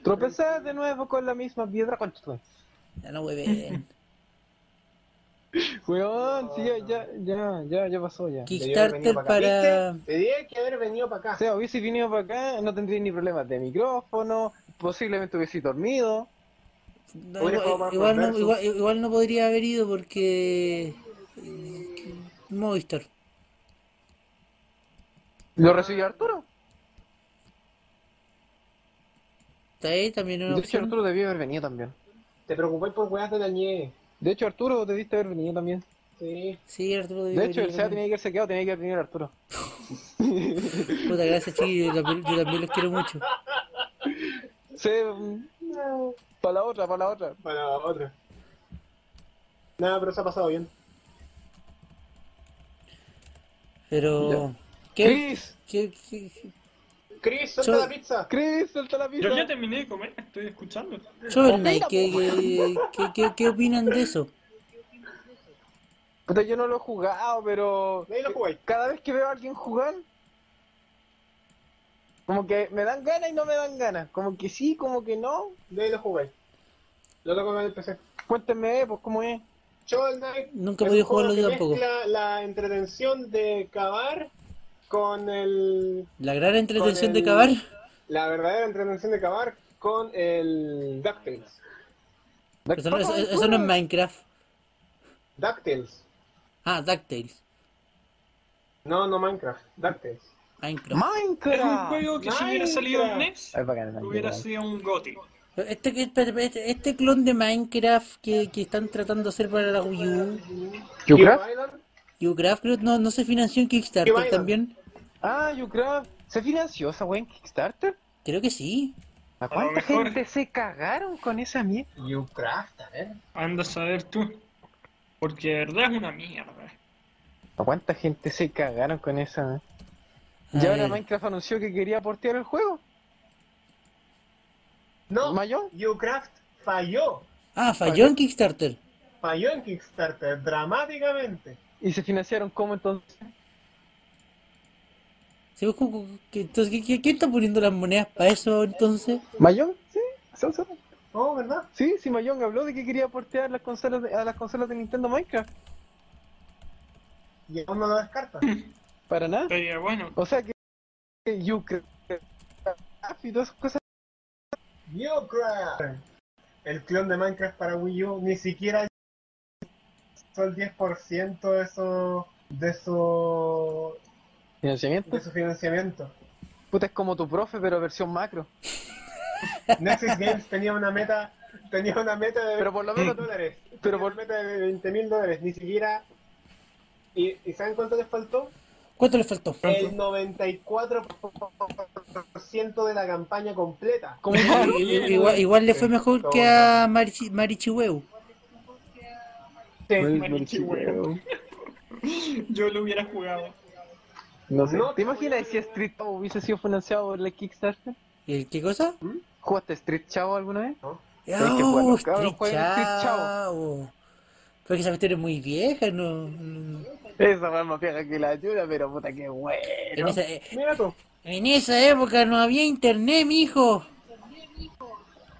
Tropezás de nuevo con la misma piedra con
Ya no hueven.
Weón, sí, ya, ya, ya, ya, ya pasó ya.
Kick-
O
Debía haber venido
Kickstarter
pa' acá.
para-
¿Viste? Tenía que haber venido para acá.
sea, hubiese venido para acá, no tendría ni problemas de micrófono, posiblemente hubiese dormido.
No,
Oye,
igual,
¿cómo van
igual
con
no,
versus?
igual- igual no podría haber ido porque... eh, Movistar. Ah.
¿Lo recibió Arturo?
Está ahí también una
De hecho,
opción.
Arturo debió haber venido también.
Te preocupáis por weas de la nieve.
De hecho, Arturo debiste haber venido también.
Sí.
Sí, Arturo
De
debería
hecho, el SEA
también.
tenía que haberse quedado, tenía que haber venido Arturo.
Puta, gracias, chicos. Yo, también- yo también los quiero mucho.
Se... Para mm, la otra, para la otra.
Para otra. Nada, pero se ha pasado bien.
Pero... ¿Qué?
Chris,
¿Qué? qué- qué-
Chris, suelta
Yo-
la pizza.
Chris, suelta la pizza.
Yo ya terminé de comer, estoy escuchando.
Shovel Knight, ¿qué, qué, qué, qué- qué opinan de eso?
Puta, yo no lo he jugado, pero
Ahí lo jugáis.
cada vez que veo a alguien jugar, como que me dan ganas y no me dan ganas. Como que sí, como que no.
De ahí lo jugáis. Lo toco con el PC.
Cuéntenme, pues, cómo es.
Shovel Knight.
Nunca he
es
podido
un juego
jugarlo
que
yo tampoco.
mezcla la entretención de cavar con el.
La gran entretención de
el-
cavar.
La verdadera entretención de cavar con el. DuckTales.
Eso, no- eso- eso no es Minecraft.
DuckTales.
Ah, DuckTales.
No, no Minecraft. DuckTales.
Minecraft.
Minecraft.
Es un juego que si hubiera salido en NES,
Es bacán, es
hubiera
bacán.
sido un GOTY.
Este, que- espérate, espérate, este, clon de Minecraft que, que están tratando de hacer para la Wii U,
¿Yucraft?
Island.
Ucraft creo no, no se financió en
¿Qué
Kickstarter
vaina?
también.
Ah, Yucraft. ¿Se financió esa wey en Kickstarter?
Creo que sí.
¿A
lo
cuánta
mejor.
gente se cagaron con esa mierda?
Ucraft, a ver.
Anda a saber tú. Porque de verdad es una mierda.
¿A cuánta gente se cagaron con esa?
A
Y ahora
ver.
Minecraft anunció que quería portear el juego.
No,
¿Mayo?
Ucraft falló.
Ah, falló en Kickstarter.
Falló en Kickstarter dramáticamente.
¿Y se financiaron cómo entonces?
Se busca un- que- entonces, pues, ¿qué- qué- ¿Quién está poniendo las monedas para eso entonces?
¿Mayón? Sí, son- son-
Oh, ¿verdad?
sí, sí, Mayón habló de que quería portear las consolas de- a las consolas de Nintendo Minecraft.
Y aún no lo descarta.
Para nada.
Sería bueno.
O sea que que Yucraft y todas esas cosas.
Ucraft. El clon de Minecraft para Wii U ni siquiera hizo el 10% de su, de su
Financiamiento.
de su financiamiento.
Puta, es como tu profe, pero versión macro.
Nexus Games tenía una meta tenía una meta de
Pero por lo menos-
dólares.
pero
Pero
por-
por meta de 20 mil dólares, ni siquiera ¿Y, ¿Y saben cuánto les faltó?
¿Cuánto le faltó?
el 94% de la campaña completa.
Como
I- i- Igual, igual le fue mejor que a Marichi- Marichihueu.
Yo lo hubiera jugado.
No sé.
No,
¿Te imaginas si Street Chavo hubiese sido financiado por la Kickstarter?
¿El qué cosa?
¿Jugaste Street Chavo alguna vez? Tenés que
Oh,
jugarlo,
Street
cabrón, jueguen Street
Chavo. Pero es que esa cuestión es muy vieja, no. no-
Esa fue más vieja que la ayuda, pero puta que
En,
bueno.
esa, eh,
Mira tú.
en esa época no había internet, mijo.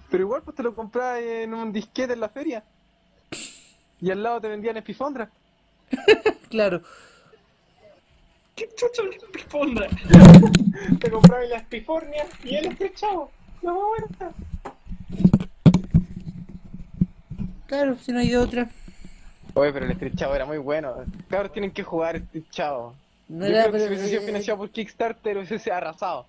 Pero igual pues te lo comprabas en un disquete en la feria. Y al lado te vendían espifondra.
Claro.
¿Qué chucha le responda?
Te compraron las pifornias y él es chavo. No, bueno.
Claro, si no hay de otra.
Oye, pero el Street Chavo era muy bueno. Cabros tienen que jugar Street Chavo.
No
Yo
era,
creo que
pero-
si
eh,
hubiese sido financiado por Kickstarter hubiese arrasado.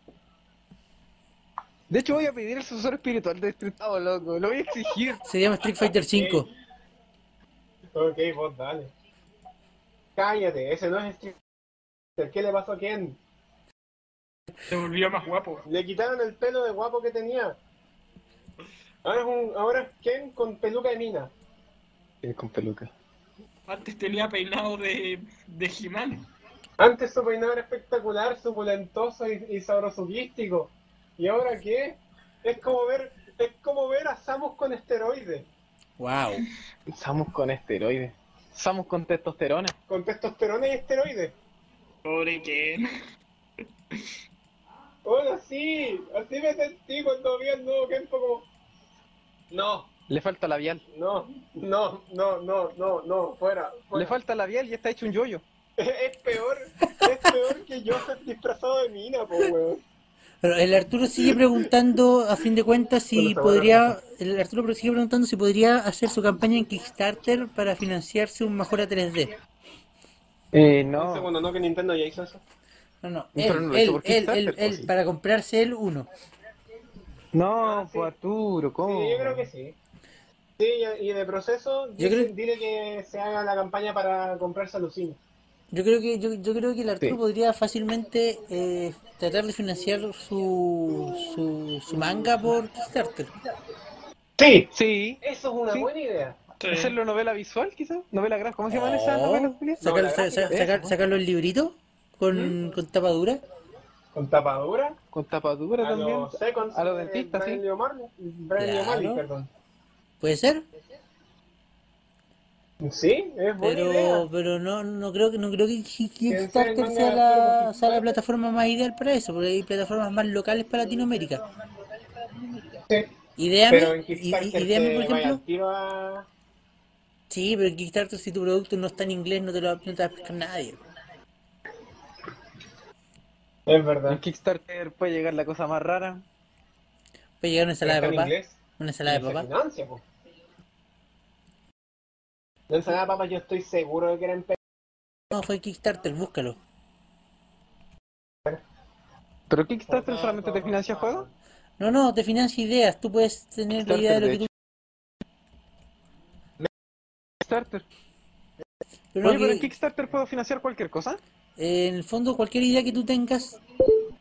De hecho, voy a pedir el sucesor espiritual de Street Tabo, loco. Lo voy a exigir.
Se llama Street Fighter V.
Ok, vos dale. Cállate, ese no es Street Fighter. ¿Qué le pasó a quién?
Se volvió más guapo.
Le quitaron el pelo de guapo que tenía. Ahora es, un, ahora es Ken con peluca de mina.
Eh, con peluca.
Antes tenía peinado de, de He-Man.
Antes su peinado era espectacular, suculentoso y, y sabrosuquístico. ¿Y ahora qué? Es como ver, es como ver a Samus con esteroides.
Wow.
Samus con esteroides. Samus con testosterona.
Con testosterona y esteroides.
Pobre Ken.
Bueno, sí, así me sentí cuando vi al nuevo Ken fue como... No,
Le falta labial.
no, no, no, no, no, no, fuera.
Le
fuera.
falta labial y está hecho un yoyo.
Es peor, es peor que yo disfrazado de mina, po, weón.
Pero el Arturo sigue preguntando, a fin de cuentas,
Bueno,
si
está
podría. El Arturo sigue preguntando si podría hacer su campaña en Kickstarter para financiarse un mejora 3D.
Eh,
Un segundo, no que Nintendo ya hizo eso.
No, no,
Pero
él,
no lo hizo
él,
por
él,
Kickstarter,
él, él,
pues, sí.
para comprarse él uno.
No,
Ah, sí.
pues Arturo, ¿cómo?
Sí, yo creo que sí. Oh. Sí, y y de proceso,
Yo
dile,
creo-
dile que se haga la campaña para comprar salucina.
Yo creo que yo, yo creo que el Arturo
Sí.
podría fácilmente eh, tratar de financiar su, su, su manga por Kickstarter.
Sí,
Sí.
eso es una
Sí.
buena idea.
¿Hacerlo novela visual, quizás? ¿Novela gráfica? ¿Cómo se llaman esas
Oh,
novelas? Julián?
sacar-
No, la
sa- sa-
gráfica,
sacar-
¿no?
sacarlo el librito con,
¿Mm?
con tapa dura.
Con tapadura,
Con tapadura
a
también.
los seconds, eh,
a los
de
dentistas,
Brian
sí.
Lee O'Malley- Brian Lee
Claro.
O'Malley, perdón.
¿Puede ser?
Sí, es buena idea.
Pero, pero no, no creo que no creo que Ki-
Pensé
Kickstarter
en
sea
manga
la,
artístico.
sea la plataforma más ideal para eso, porque hay plataformas más locales para Latinoamérica.
Sí.
Ideame,
Pero en
i-
Kickstarter
i- ideame,
te
por
vaya
ejemplo.
al tiro a-
Sí, pero en Kickstarter si tu producto no está en inglés no te lo, va- no te va a pescar nadie.
Es
En
verdad.
Kickstarter puede llegar la cosa más rara.
Puede llegar una ensalada
Está
de
en
papá.
inglés.
Una ensalada
No
de
se
papá.
financia, po. La ensalada de papas yo estoy seguro de que era en Perú.
No, fue en Kickstarter, búscalo.
¿Pero Kickstarter solamente te financia juegos?
No, no, te financia ideas. Tú puedes tener la idea de lo que tú.
Kickstarter.
Pero
Oye,
no,
pero
que-
en Kickstarter puedo financiar cualquier cosa.
eh, en el fondo, cualquier idea que tú tengas,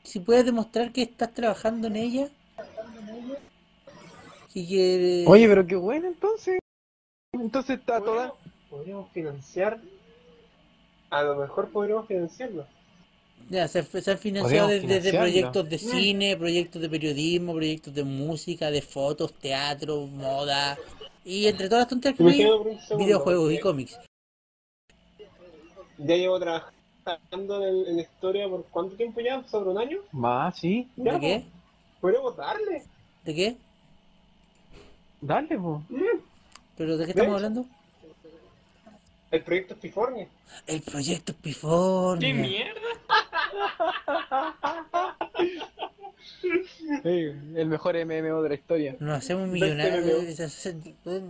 si puedes demostrar que estás trabajando en ella. Y que.
Oye, pero qué bueno entonces. Entonces está toda.
Podríamos financiar. A lo mejor podríamos financiarlo.
Ya, se, se han financiado desde,
Podríamos
desde
financiarlo.
proyectos de cine, proyectos de periodismo, proyectos de música, de fotos, teatro, moda. Y entre todas las tonterías que
Me
hay,
quedo por un segundo. ¿eh?
videojuegos y cómics.
Ya llevo trabajando en, en historia por cuánto tiempo ya, sobre un año.
Más, sí.
Ya,
¿De qué?
po, podríamos darle.
¿De qué?
Dale, po.
¿Pero de qué estamos
¿Ves?
hablando?
El proyecto Spifornia.
El proyecto
¡Qué
Pifornia.
mierda!
Eh, el mejor MMO de la historia.
Nos hacemos millonarios.
Veo.
Esa, esa-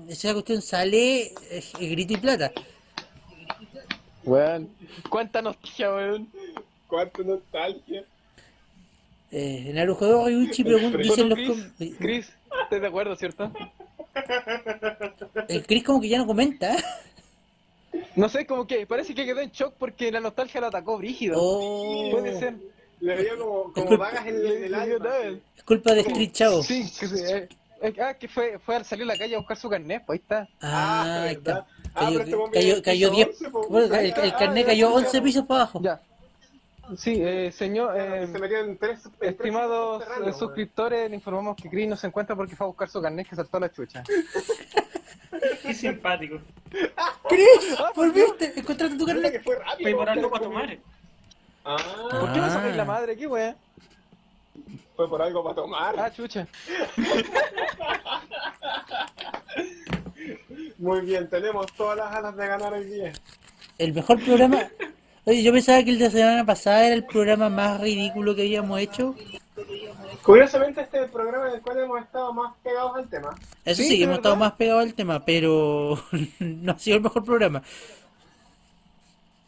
esa cuestión sale eh, grito y plata.
Weón. Cuánta nostalgia, weón.
Cuánto nostalgia.
Eh, Narujodo Ryuichi pregun- dice en
Bueno,
los
Chris,
com-
Chris, ¿estás de acuerdo, cierto?
El Chris como que ya no comenta. ¿eh?
No sé, como que parece que quedó en shock porque la nostalgia lo atacó brígido.
Oh,
Puede ser.
Le dio como, como
Disculpe.
vagas en el, en el
Le dio
alma.
tal.
así.
es culpa de Street Chavo.
Sí, que se- eh, eh, ah, que fue, fue al salir a la calle a buscar su carnet, pues ahí está.
Ah, ahí está.
¿verdad? Ah, pero este
Cayó, cayó,
bombillo piso
cayó 10.
11, po.
bueno, el, el
Ah,
carnet
ya,
cayó
ya,
11
ya.
pisos para abajo.
Ya. Sí, eh, señor, eh,
Ah, Se metió en tres. en tres
estimados
subterráneos,
eh,
weón.
suscriptores, le informamos que Chris no se encuentra porque fue a buscar su carnet que saltó a la chucha.
¡Qué simpático!
¡Chris! ¡Volviste! ¡Encontraste tu
Mira que
carnet!
fue rápido.
Fui por algo para tomar.
Ah,
¿Por qué no
Ah.
sacáis la madre? ¿Qué weá?
fue por algo para tomar.
Ah, chucha.
Muy bien, tenemos todas las alas de ganar hoy día.
El mejor programa. Oye, yo pensaba que el de la semana pasada era el programa más ridículo que habíamos hecho.
Curiosamente, este es el programa en el cual hemos estado más pegados al tema.
Eso
Sí,
sí,
de
hemos estado
verdad.
más pegados al tema, pero no ha sido el mejor programa.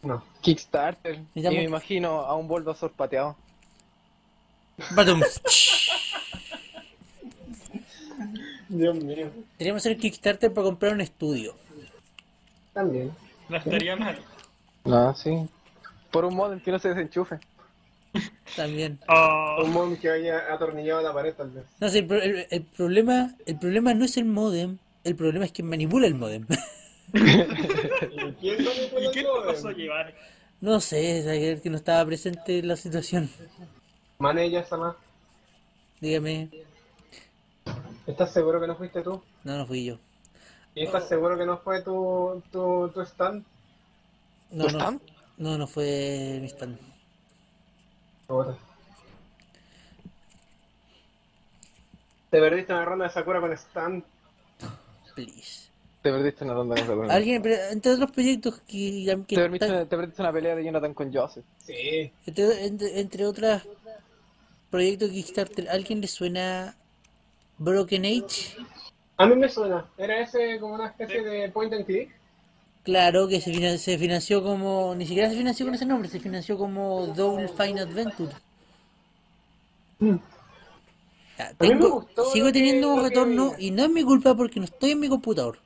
No.
Kickstarter. Y
llamo-
me imagino a un Bulbasaur pateado.
Batum.
Dios mío.
Deberíamos hacer Kickstarter para comprar un estudio.
También.
No estaría mal.
Ah, sí. Por un modem que no se desenchufe.
También.
Oh,
Un mon que haya atornillado a la pared tal vez.
No sé, el, pro- el- el problema, el problema no es el modem, el problema es quien manipula el modem.
¿Y quién manipula
¿Y
el
qué te
modem?
pasó a llevar?
No sé, es ayer que no estaba presente en la situación.
Manella, esa más.
Dígame,
¿Estás seguro que no fuiste tú?
no, no fui yo.
¿Y estás seguro que no fue tu, tu, tu stand?
No,
¿Tu
no,
stand?
no, no fue mi stand.
Puta. Te perdiste una ronda de Sakura con stand.
Please.
Te perdiste una ronda de esa pelea.
Alguien, pero entre otros proyectos que, ya- que
Te perdiste,
están-
una, te perdiste una pelea de Jonathan con Joseph.
Sí.
entre, entre, entre otras proyectos de Kickstarter, ¿alguien le suena Broken Age?
A mí me suena. Era ese como una especie de point and click.
Claro que se, finan- se financió como, ni siquiera se financió con ese nombre, se financió como Double Fine Adventure. Ya,
Mm. A mí me
tengo-
gustó
sigo
lo que-
teniendo
lo
un
que
retorno
vi.
y no es mi culpa porque no estoy en mi computador.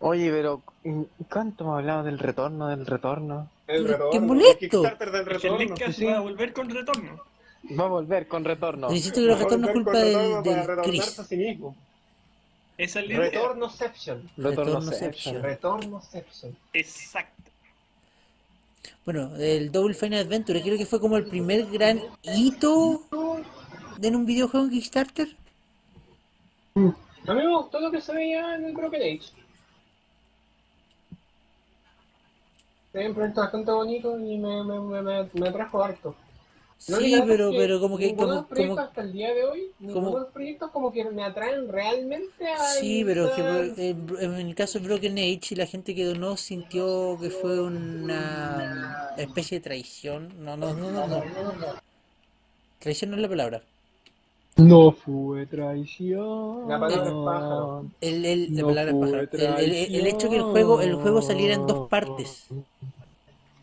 Oye, pero mm, ¿cuánto hemos hablado del retorno, del retorno?
El
Pero
retorno.
qué
el
molesto.
Kickstarter del
Es que el
retorno.
Nick Cage va a volver con retorno.
Va a volver con retorno.
Pero insisto que los retornos es
Volver con
culpa del,
retorno para
del
retornarse
Chris.
a sí mismo.
Esa es la idea.
Retornoception.
Retornoception.
Retornoception.
Retornoception.
Exacto.
Bueno, del Double Fine Adventure, creo que fue como el primer gran hito en un videojuego en Kickstarter.
A mí me gustó lo que se veía en el Broken Age. Es un proyecto bastante bonito y me, me, me, me, me atrajo harto. La
Sí,
única cosa
pero,
es que
pero como que,
ninguno
como,
de los proyectos
como,
hasta el día de hoy, ninguno
como-
de los proyectos como que me atraen realmente a...
sí, pero que eh, en el caso de Broken Age, la gente que donó sintió que fue una especie de traición. No, no, no, no, no. Traición no es la palabra.
No fue traición.
La palabra es pájaro.
El, el, la
No
palabra
fue
pájaro. El, el- el- el hecho que el juego, el juego saliera en dos partes.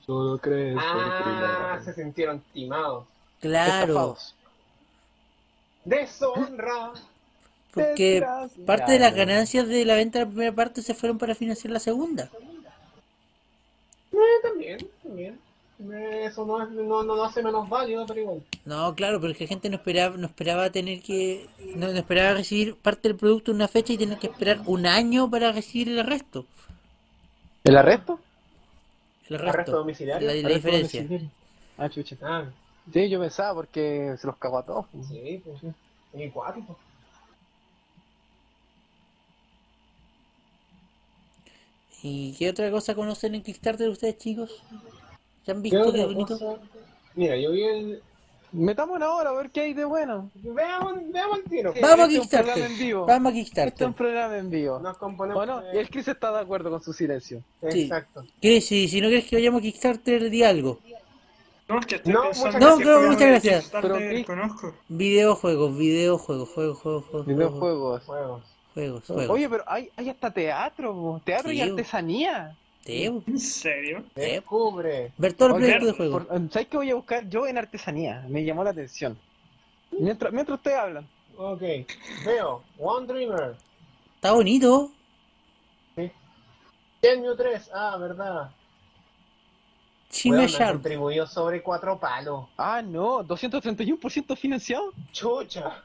Solo crees
Ah, se sintieron timados.
Claro,
Deshonra.
porque parte de las ganancias de la venta de la primera parte se fueron para financiar la segunda.
Eh, también, también. Eh, Eso no, es, no, no lo hace menos válido, pero igual.
No, claro, pero es que la gente no esperaba, no esperaba tener que, no, no esperaba recibir parte del producto en una fecha y tener que esperar un año para recibir el resto.
¿El arresto?
El
Arresto
resto,
domiciliario.
la, la
Arresto
diferencia.
domiciliario. Ah, chucha.
Ah,
Sí, yo pensaba porque se los cagó a todos.
sí, pues. Y cuático.
¿Y qué otra cosa conocen en Kickstarter ustedes, chicos? ¿Ya han
¿Qué
visto qué
otra
bonito?
cosa? Mira, yo vi el...
Metamos una hora a ver qué hay de bueno.
Veamos, veamos el tiro.
Sí.
Vamos a
este es un programa
Kickstarter,
en vivo.
vamos a
Este es un
Kickstarter.
programa en vivo.
Nos componemos...
¿O no?
eh,
Y el Chris está de acuerdo con su silencio.
sí.
Exacto.
¿Qué? Si, si no quieres que vayamos a Kickstarter, di algo.
No, es que estoy
No,
gracias. No, no,
pensando en qué
muchas
programa
muchas
de
gracias.
Kickstarter
Pero, ¿qué?
conozco.
Videojuegos, videojuegos, juegos, juegos, juegos, juegos,
Videojuegos.
Juegos.
juegos,
Oye, pero hay, hay hasta teatro, po. teatro
Sí,
y
po.
artesanía.
Teo,
¿En serio?
teo.
Descubre.
Ver todo el
Oye,
proyecto de
por-
juego.
Por- ¿Sabes qué voy a buscar yo en artesanía? Me llamó la atención. Mientras, mientras ustedes hablan.
Ok. Veo. One Dreamer.
Está bonito.
Tenmu 3. Ah, verdad.
Chima
Weón,
Sharp.
contribuyó sobre cuatro palos.
Ah, no, 231% financiado.
Chucha.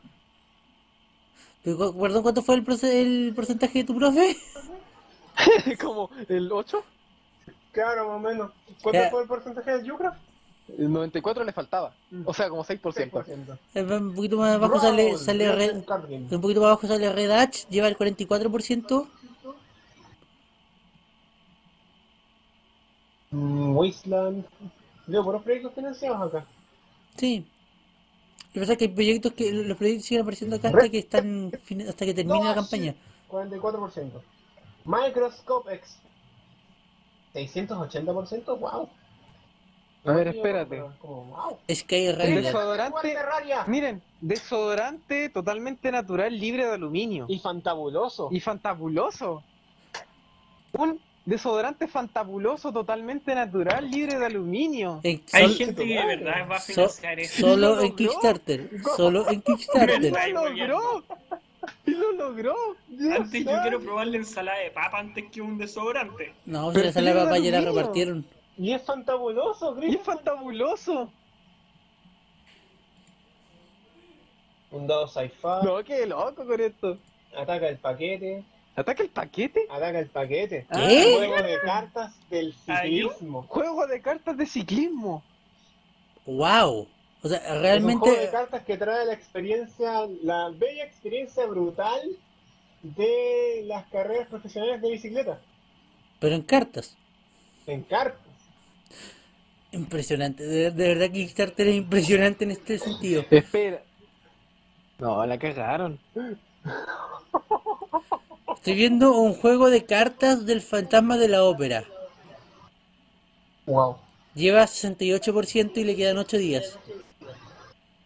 Pero, Perdón, ¿cuánto fue el, proce- el porcentaje de tu profe?
Como el 8,
Claro, más o menos. ¿Cuánto
Ya.
fue el porcentaje del Yucra?
el 94 le faltaba. O sea, como 6%.
Eh, Un poquito más abajo sale, sale Red, un poquito más abajo sale Red Hatch, lleva el 44%.
Mm, Wasteland. Veo puros proyectos financiados acá.
Sí. Lo que pasa es que hay proyectos que los proyectos siguen apareciendo acá hasta que están fin- hasta que termine la campaña.
44%. Microscope X. 680%. Wow.
A ver, espérate.
Como, wow.
Skyrider.
Desodorante.
Terraria.
Miren, desodorante totalmente natural, libre de aluminio.
Y fantabuloso.
Y fantabuloso. Un desodorante fantabuloso totalmente natural, libre de aluminio.
En-
Hay
Eh, sol-
gente que de verdad va a
so-
financiar eso.
solo
¿Lo
en
logró?
Kickstarter. Solo en Kickstarter.
¡Lo logró! ¡Lo lo logró. Dios
Antes yo
santo.
quiero probar la ensalada de papa antes que un desodorante.
No,
Pero
se la sala de
tiene
papá ya la
aluminio.
repartieron.
Y es fantabuloso,
Y
Chris.
es fantabuloso.
Un dado sci-fi.
No, qué loco con esto.
Ataca el paquete.
¿Ataca el paquete?
Ataca el paquete.
¿Qué?
Juego de cartas del
Ahí.
ciclismo.
Juego de cartas de ciclismo.
¡Wow! O sea,
Es un juego de
realmente.
cartas que trae la experiencia, la bella experiencia brutal de las carreras profesionales de bicicleta.
Pero en cartas.
En cartas.
Impresionante. De, de verdad, Kickstarter es impresionante en este sentido.
Espera. No, la cagaron.
Estoy viendo un juego de cartas del fantasma de la ópera.
Wow.
Lleva 68% y le quedan 8 días.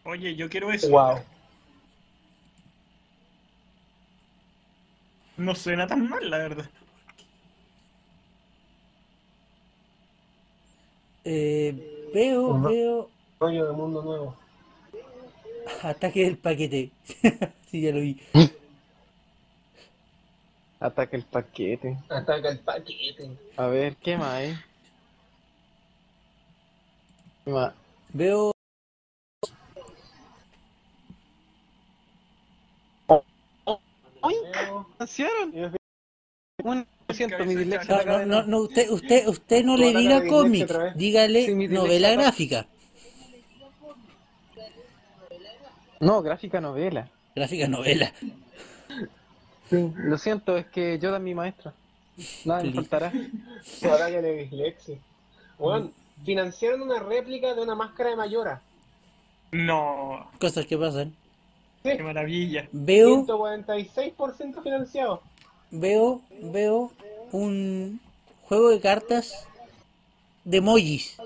Oye, yo quiero eso.
Wow.
No suena tan mal, la verdad.
Eh, veo,
Ujú.
veo.
Rollo de mundo nuevo.
Ataque del paquete. sí, ya lo vi.
Ataca el paquete.
Ataca el paquete.
A ver, ¿qué más hay? ¿Qué más?
Veo.
¡Ay!
Nuevo.
¡Anunciaron!
Y es
Un lo siento, mi
No,
dislexia. la
no, no,
cadena.
no, usted, usted, usted no
Toda
le
la
diga
cadena
cómic,
otra vez.
dígale
Sí, mi dirección
novela
acá.
gráfica.
No, gráfica novela.
Gráfica novela.
Lo siento, es que yo da mi maestra. Nada me
Feliz.
faltará.
Batalla de dislexia. Bueno, financiaron una réplica de una máscara de Mayora.
No,
Cosas que pasan.
qué maravilla.
Veo,
146% financiado.
veo, veo un juego de cartas de emojis.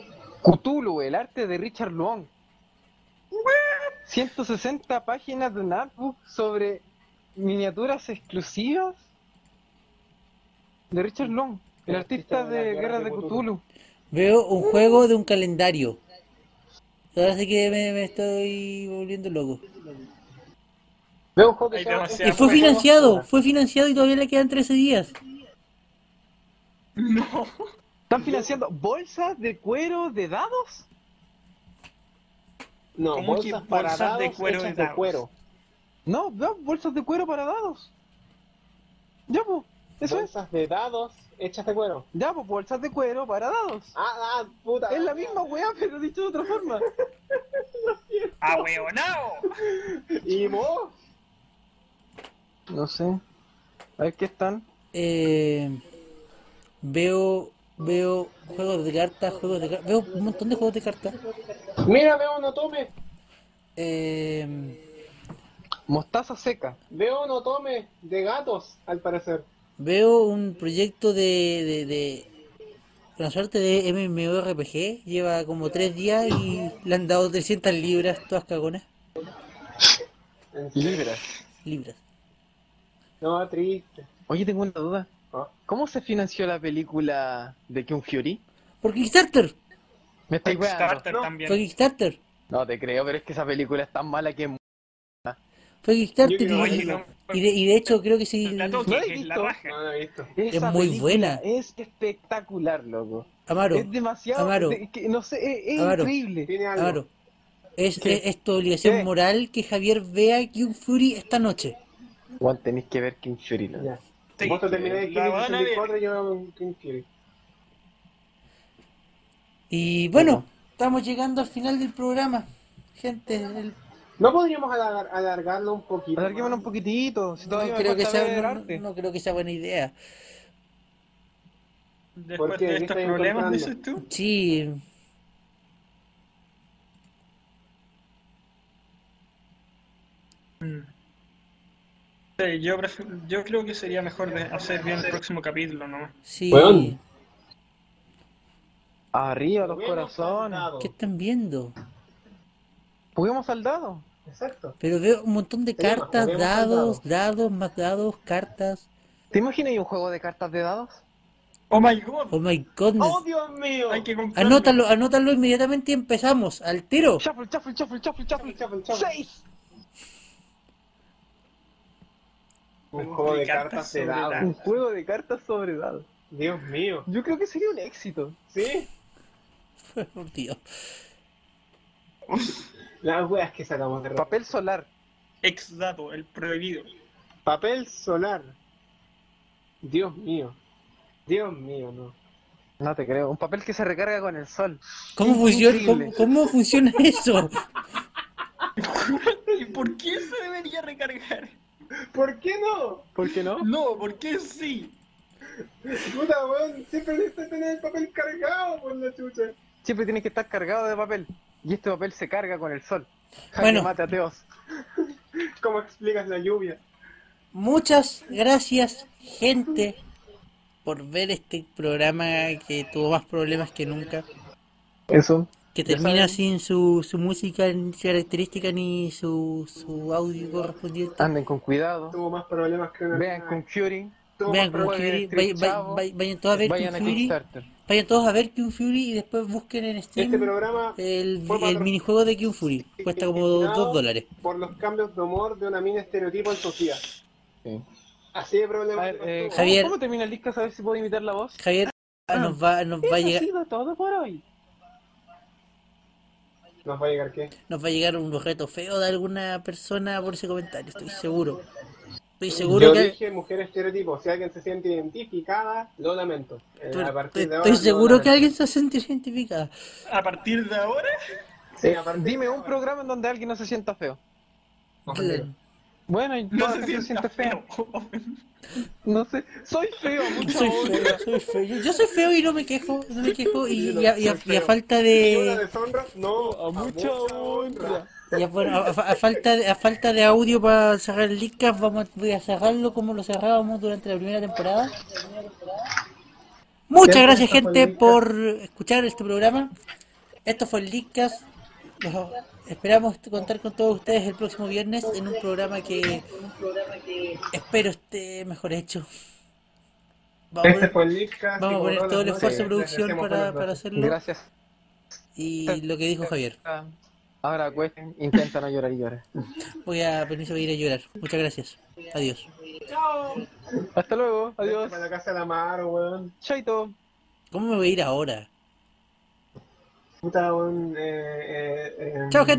Cthulhu, el arte de Richard Long. 160 páginas de un artbook sobre miniaturas exclusivas de Richard Long, el artista de Guerra de Cthulhu.
Veo un juego de un calendario. Ahora sí que me, me estoy volviendo loco.
Veo un juego que
Hay
se llama-
demasiado.
Y fue financiado, fue financiado y todavía le quedan 13 días.
No,
¿Están financiando bolsas de cuero de dados?
No,
¿Cómo que
bolsas para
bolsas de
dados
cuero
hechas
de
de cuero.
dados?
No, no, bolsas de cuero para dados. Ya, pues, eso es.
Bolsas de dados hechas de cuero.
Ya, pues, bolsas de cuero para dados.
Ah, ah, puta.
Es la misma weá, pero dicho de otra forma.
¡Ah, ahueonao.
Y vos,
No sé. A ver qué están.
Eh, veo, veo juegos de cartas, juegos de cartas. Veo un montón de juegos de cartas.
mira, veo no tome.
Eh,
Mostaza seca.
Veo no tome de gatos, al parecer.
veo un proyecto de, de, de- una suerte de MMORPG. Lleva como tres días y le han dado 300 libras, todas cagonas.
En serio.
Libras.
Libras.
No, triste.
Oye, tengo una duda.
Ah.
¿Cómo se financió la película de Kyung Fury?
Por Kickstarter.
Me estoy weando.
Kickstarter
no.
Fue
también.
Kickstarter.
No te creo, pero es que esa película es tan mala que. No
Fue Kickstarter.
Yo creo-
y,
Oye, no.
y de, y de hecho creo que sí.
La
¿No
toque,
la he
que es la
visto?
No
raja.
lo he visto.
Es muy buena.
Es espectacular, loco.
Amaro,
Es demasiado.
Amaro.
de- que- no sé, es, es
Amaro.
increíble.
Tiene algo.
Amaro. Es,
¿Qué?
es, es tu obligación
¿Qué?
moral que Javier vea Kung Fury esta noche.
Juan, tenéis que ver Kyung Fury, loco.
Ya.
Sí,
Vos te terminé de
la van a ver.
64 y yo veo un King Fury.
Y bueno, estamos llegando al final del programa. Gente, el-
¿No podríamos alargar- alargarlo un poquito?
Alarguémonos un
más?
poquitito. Si
no,
todavía me
creo que
falta ver
sea, no,
arte.
no creo que sea buena idea.
Después
Porque
de
yo
estos
estoy
problemas,
encontrando.
dices tú.
Sí.
Sí, yo, pref- yo creo que sería mejor de hacer bien el próximo capítulo, ¿no?
Sí.
Weón.
Arriba los
Juguemos
corazones.
al dado.
¿Qué están viendo?
Juguemos al dado.
Exacto.
Pero veo un montón de
Sí,
cartas,
juguemos al
dados, dados, más dados, cartas.
¿Te imaginas un juego de cartas de dados?
¡Oh my god!
Oh my goodness.
¡Oh, Dios mío!
Hay que comprar.
Anótalo, anótalo inmediatamente y empezamos. Al tiro.
Shuffle, shuffle, shuffle, shuffle, shuffle.
Shuffle, shuffle, shuffle.
¡Seis!
Un juego de cartas de
sobre
dados.
Un juego de cartas sobre dados.
Dios mío.
Yo creo que sería un éxito.
¿Sí?
Por Dios.
Las weas que sacamos de
Papel solar.
Ex dato, el prohibido.
Papel solar. Dios mío. Dios mío, no.
No te creo. Un papel que se recarga con el sol.
¿Cómo funciona,
Increíble.
cómo, cómo funciona eso?
¿Y por qué se debería recargar?
¿Por qué no?
¿Por qué no?
No, ¿por qué sí?
Puta weón, siempre necesitas tener el papel cargado por la chucha.
Siempre tienes que estar cargado de papel. Y este papel se carga con el sol. Jaque
Bueno.
mate ateos.
¿Cómo explicas la lluvia?
Muchas gracias, gente, por ver este programa que tuvo más problemas que nunca.
Eso.
Que
Ya
termina
saben.
sin su, su música ni su característica ni su, su audio correspondiente.
Anden con cuidado.
Tuvo más problemas que una.
Vean con Fury.
Tuvo
Vean
más
Kung
juegue
Fury,
Street
vay- vay-
este Chavo.
vay- vayan todos a ver
Vayan a
Kung Fury,
Kickstarter.
vayan todos a ver Kung Fury y después busquen en Steam
Este programa
el,
fue
el
patro-
minijuego de Kung Fury. Cuesta como
patrocinado
2 dólares.
Por los cambios de humor de una mina estereotipo en Sofía. Así de
A
problemas.
ver, eh, ¿cómo-
Javier.
¿cómo, termina el disco? A ver si puedo imitar la voz.
Javier,
Ah.
nos va, nos va a
Eso ha
llegar,
sido todo por hoy.
Nos va a llegar qué?
nos va a llegar un reto feo de alguna persona por ese comentario, estoy seguro. Estoy seguro
Yo
que
dije mujer estereotipo. Si alguien se siente identificada, lo lamento. Eh,
estoy-
a partir de ahora,
estoy
lo
seguro que
lamento.
alguien se siente identificada.
A partir de ahora,
Sí, a partir
Dime
de
un
ahora.
programa en donde alguien no se sienta feo.
Claro.
Bueno, y
no
toda la
se
gente
sienta feo.
No sé, soy feo, mucho
Soy
odio.
feo, soy feo. Yo, yo soy feo y no me quejo, no me quejo y, y a, y a-
Soy feo.
y a falta
¿Y una
de,
deshonra? No,
A mucha honra.
y a- bueno, a, a- a falta de a falta de audio para cerrar el Leadcast, vamos a- voy a cerrarlo como lo cerrábamos durante la primera temporada. Muchas
Siempre
gracias
está por
gente
el
por escuchar este programa. Esto fue el Leadcast. Los- Esperamos contar con todos ustedes el próximo viernes en un programa que espero esté mejor hecho. Vamos a-
Este fue el Leadcast,
Vamos a
y
poner
como
todo el
todas las
esfuerzo de
noches, les
producción
deseamos
para,
buenas
para
noches.
hacerlo.
Gracias.
Y lo que dijo Javier.
Ahora acuesten, intenta no llorar y llorar.
Voy a permiso voy a ir a llorar. Muchas gracias. Adiós.
Hasta luego, adiós.
Para la casa de la mar, weón.
Chaito.
¿Cómo me voy a ir ahora?
Puta, weón. eh, eh, eh,
Chao, gente.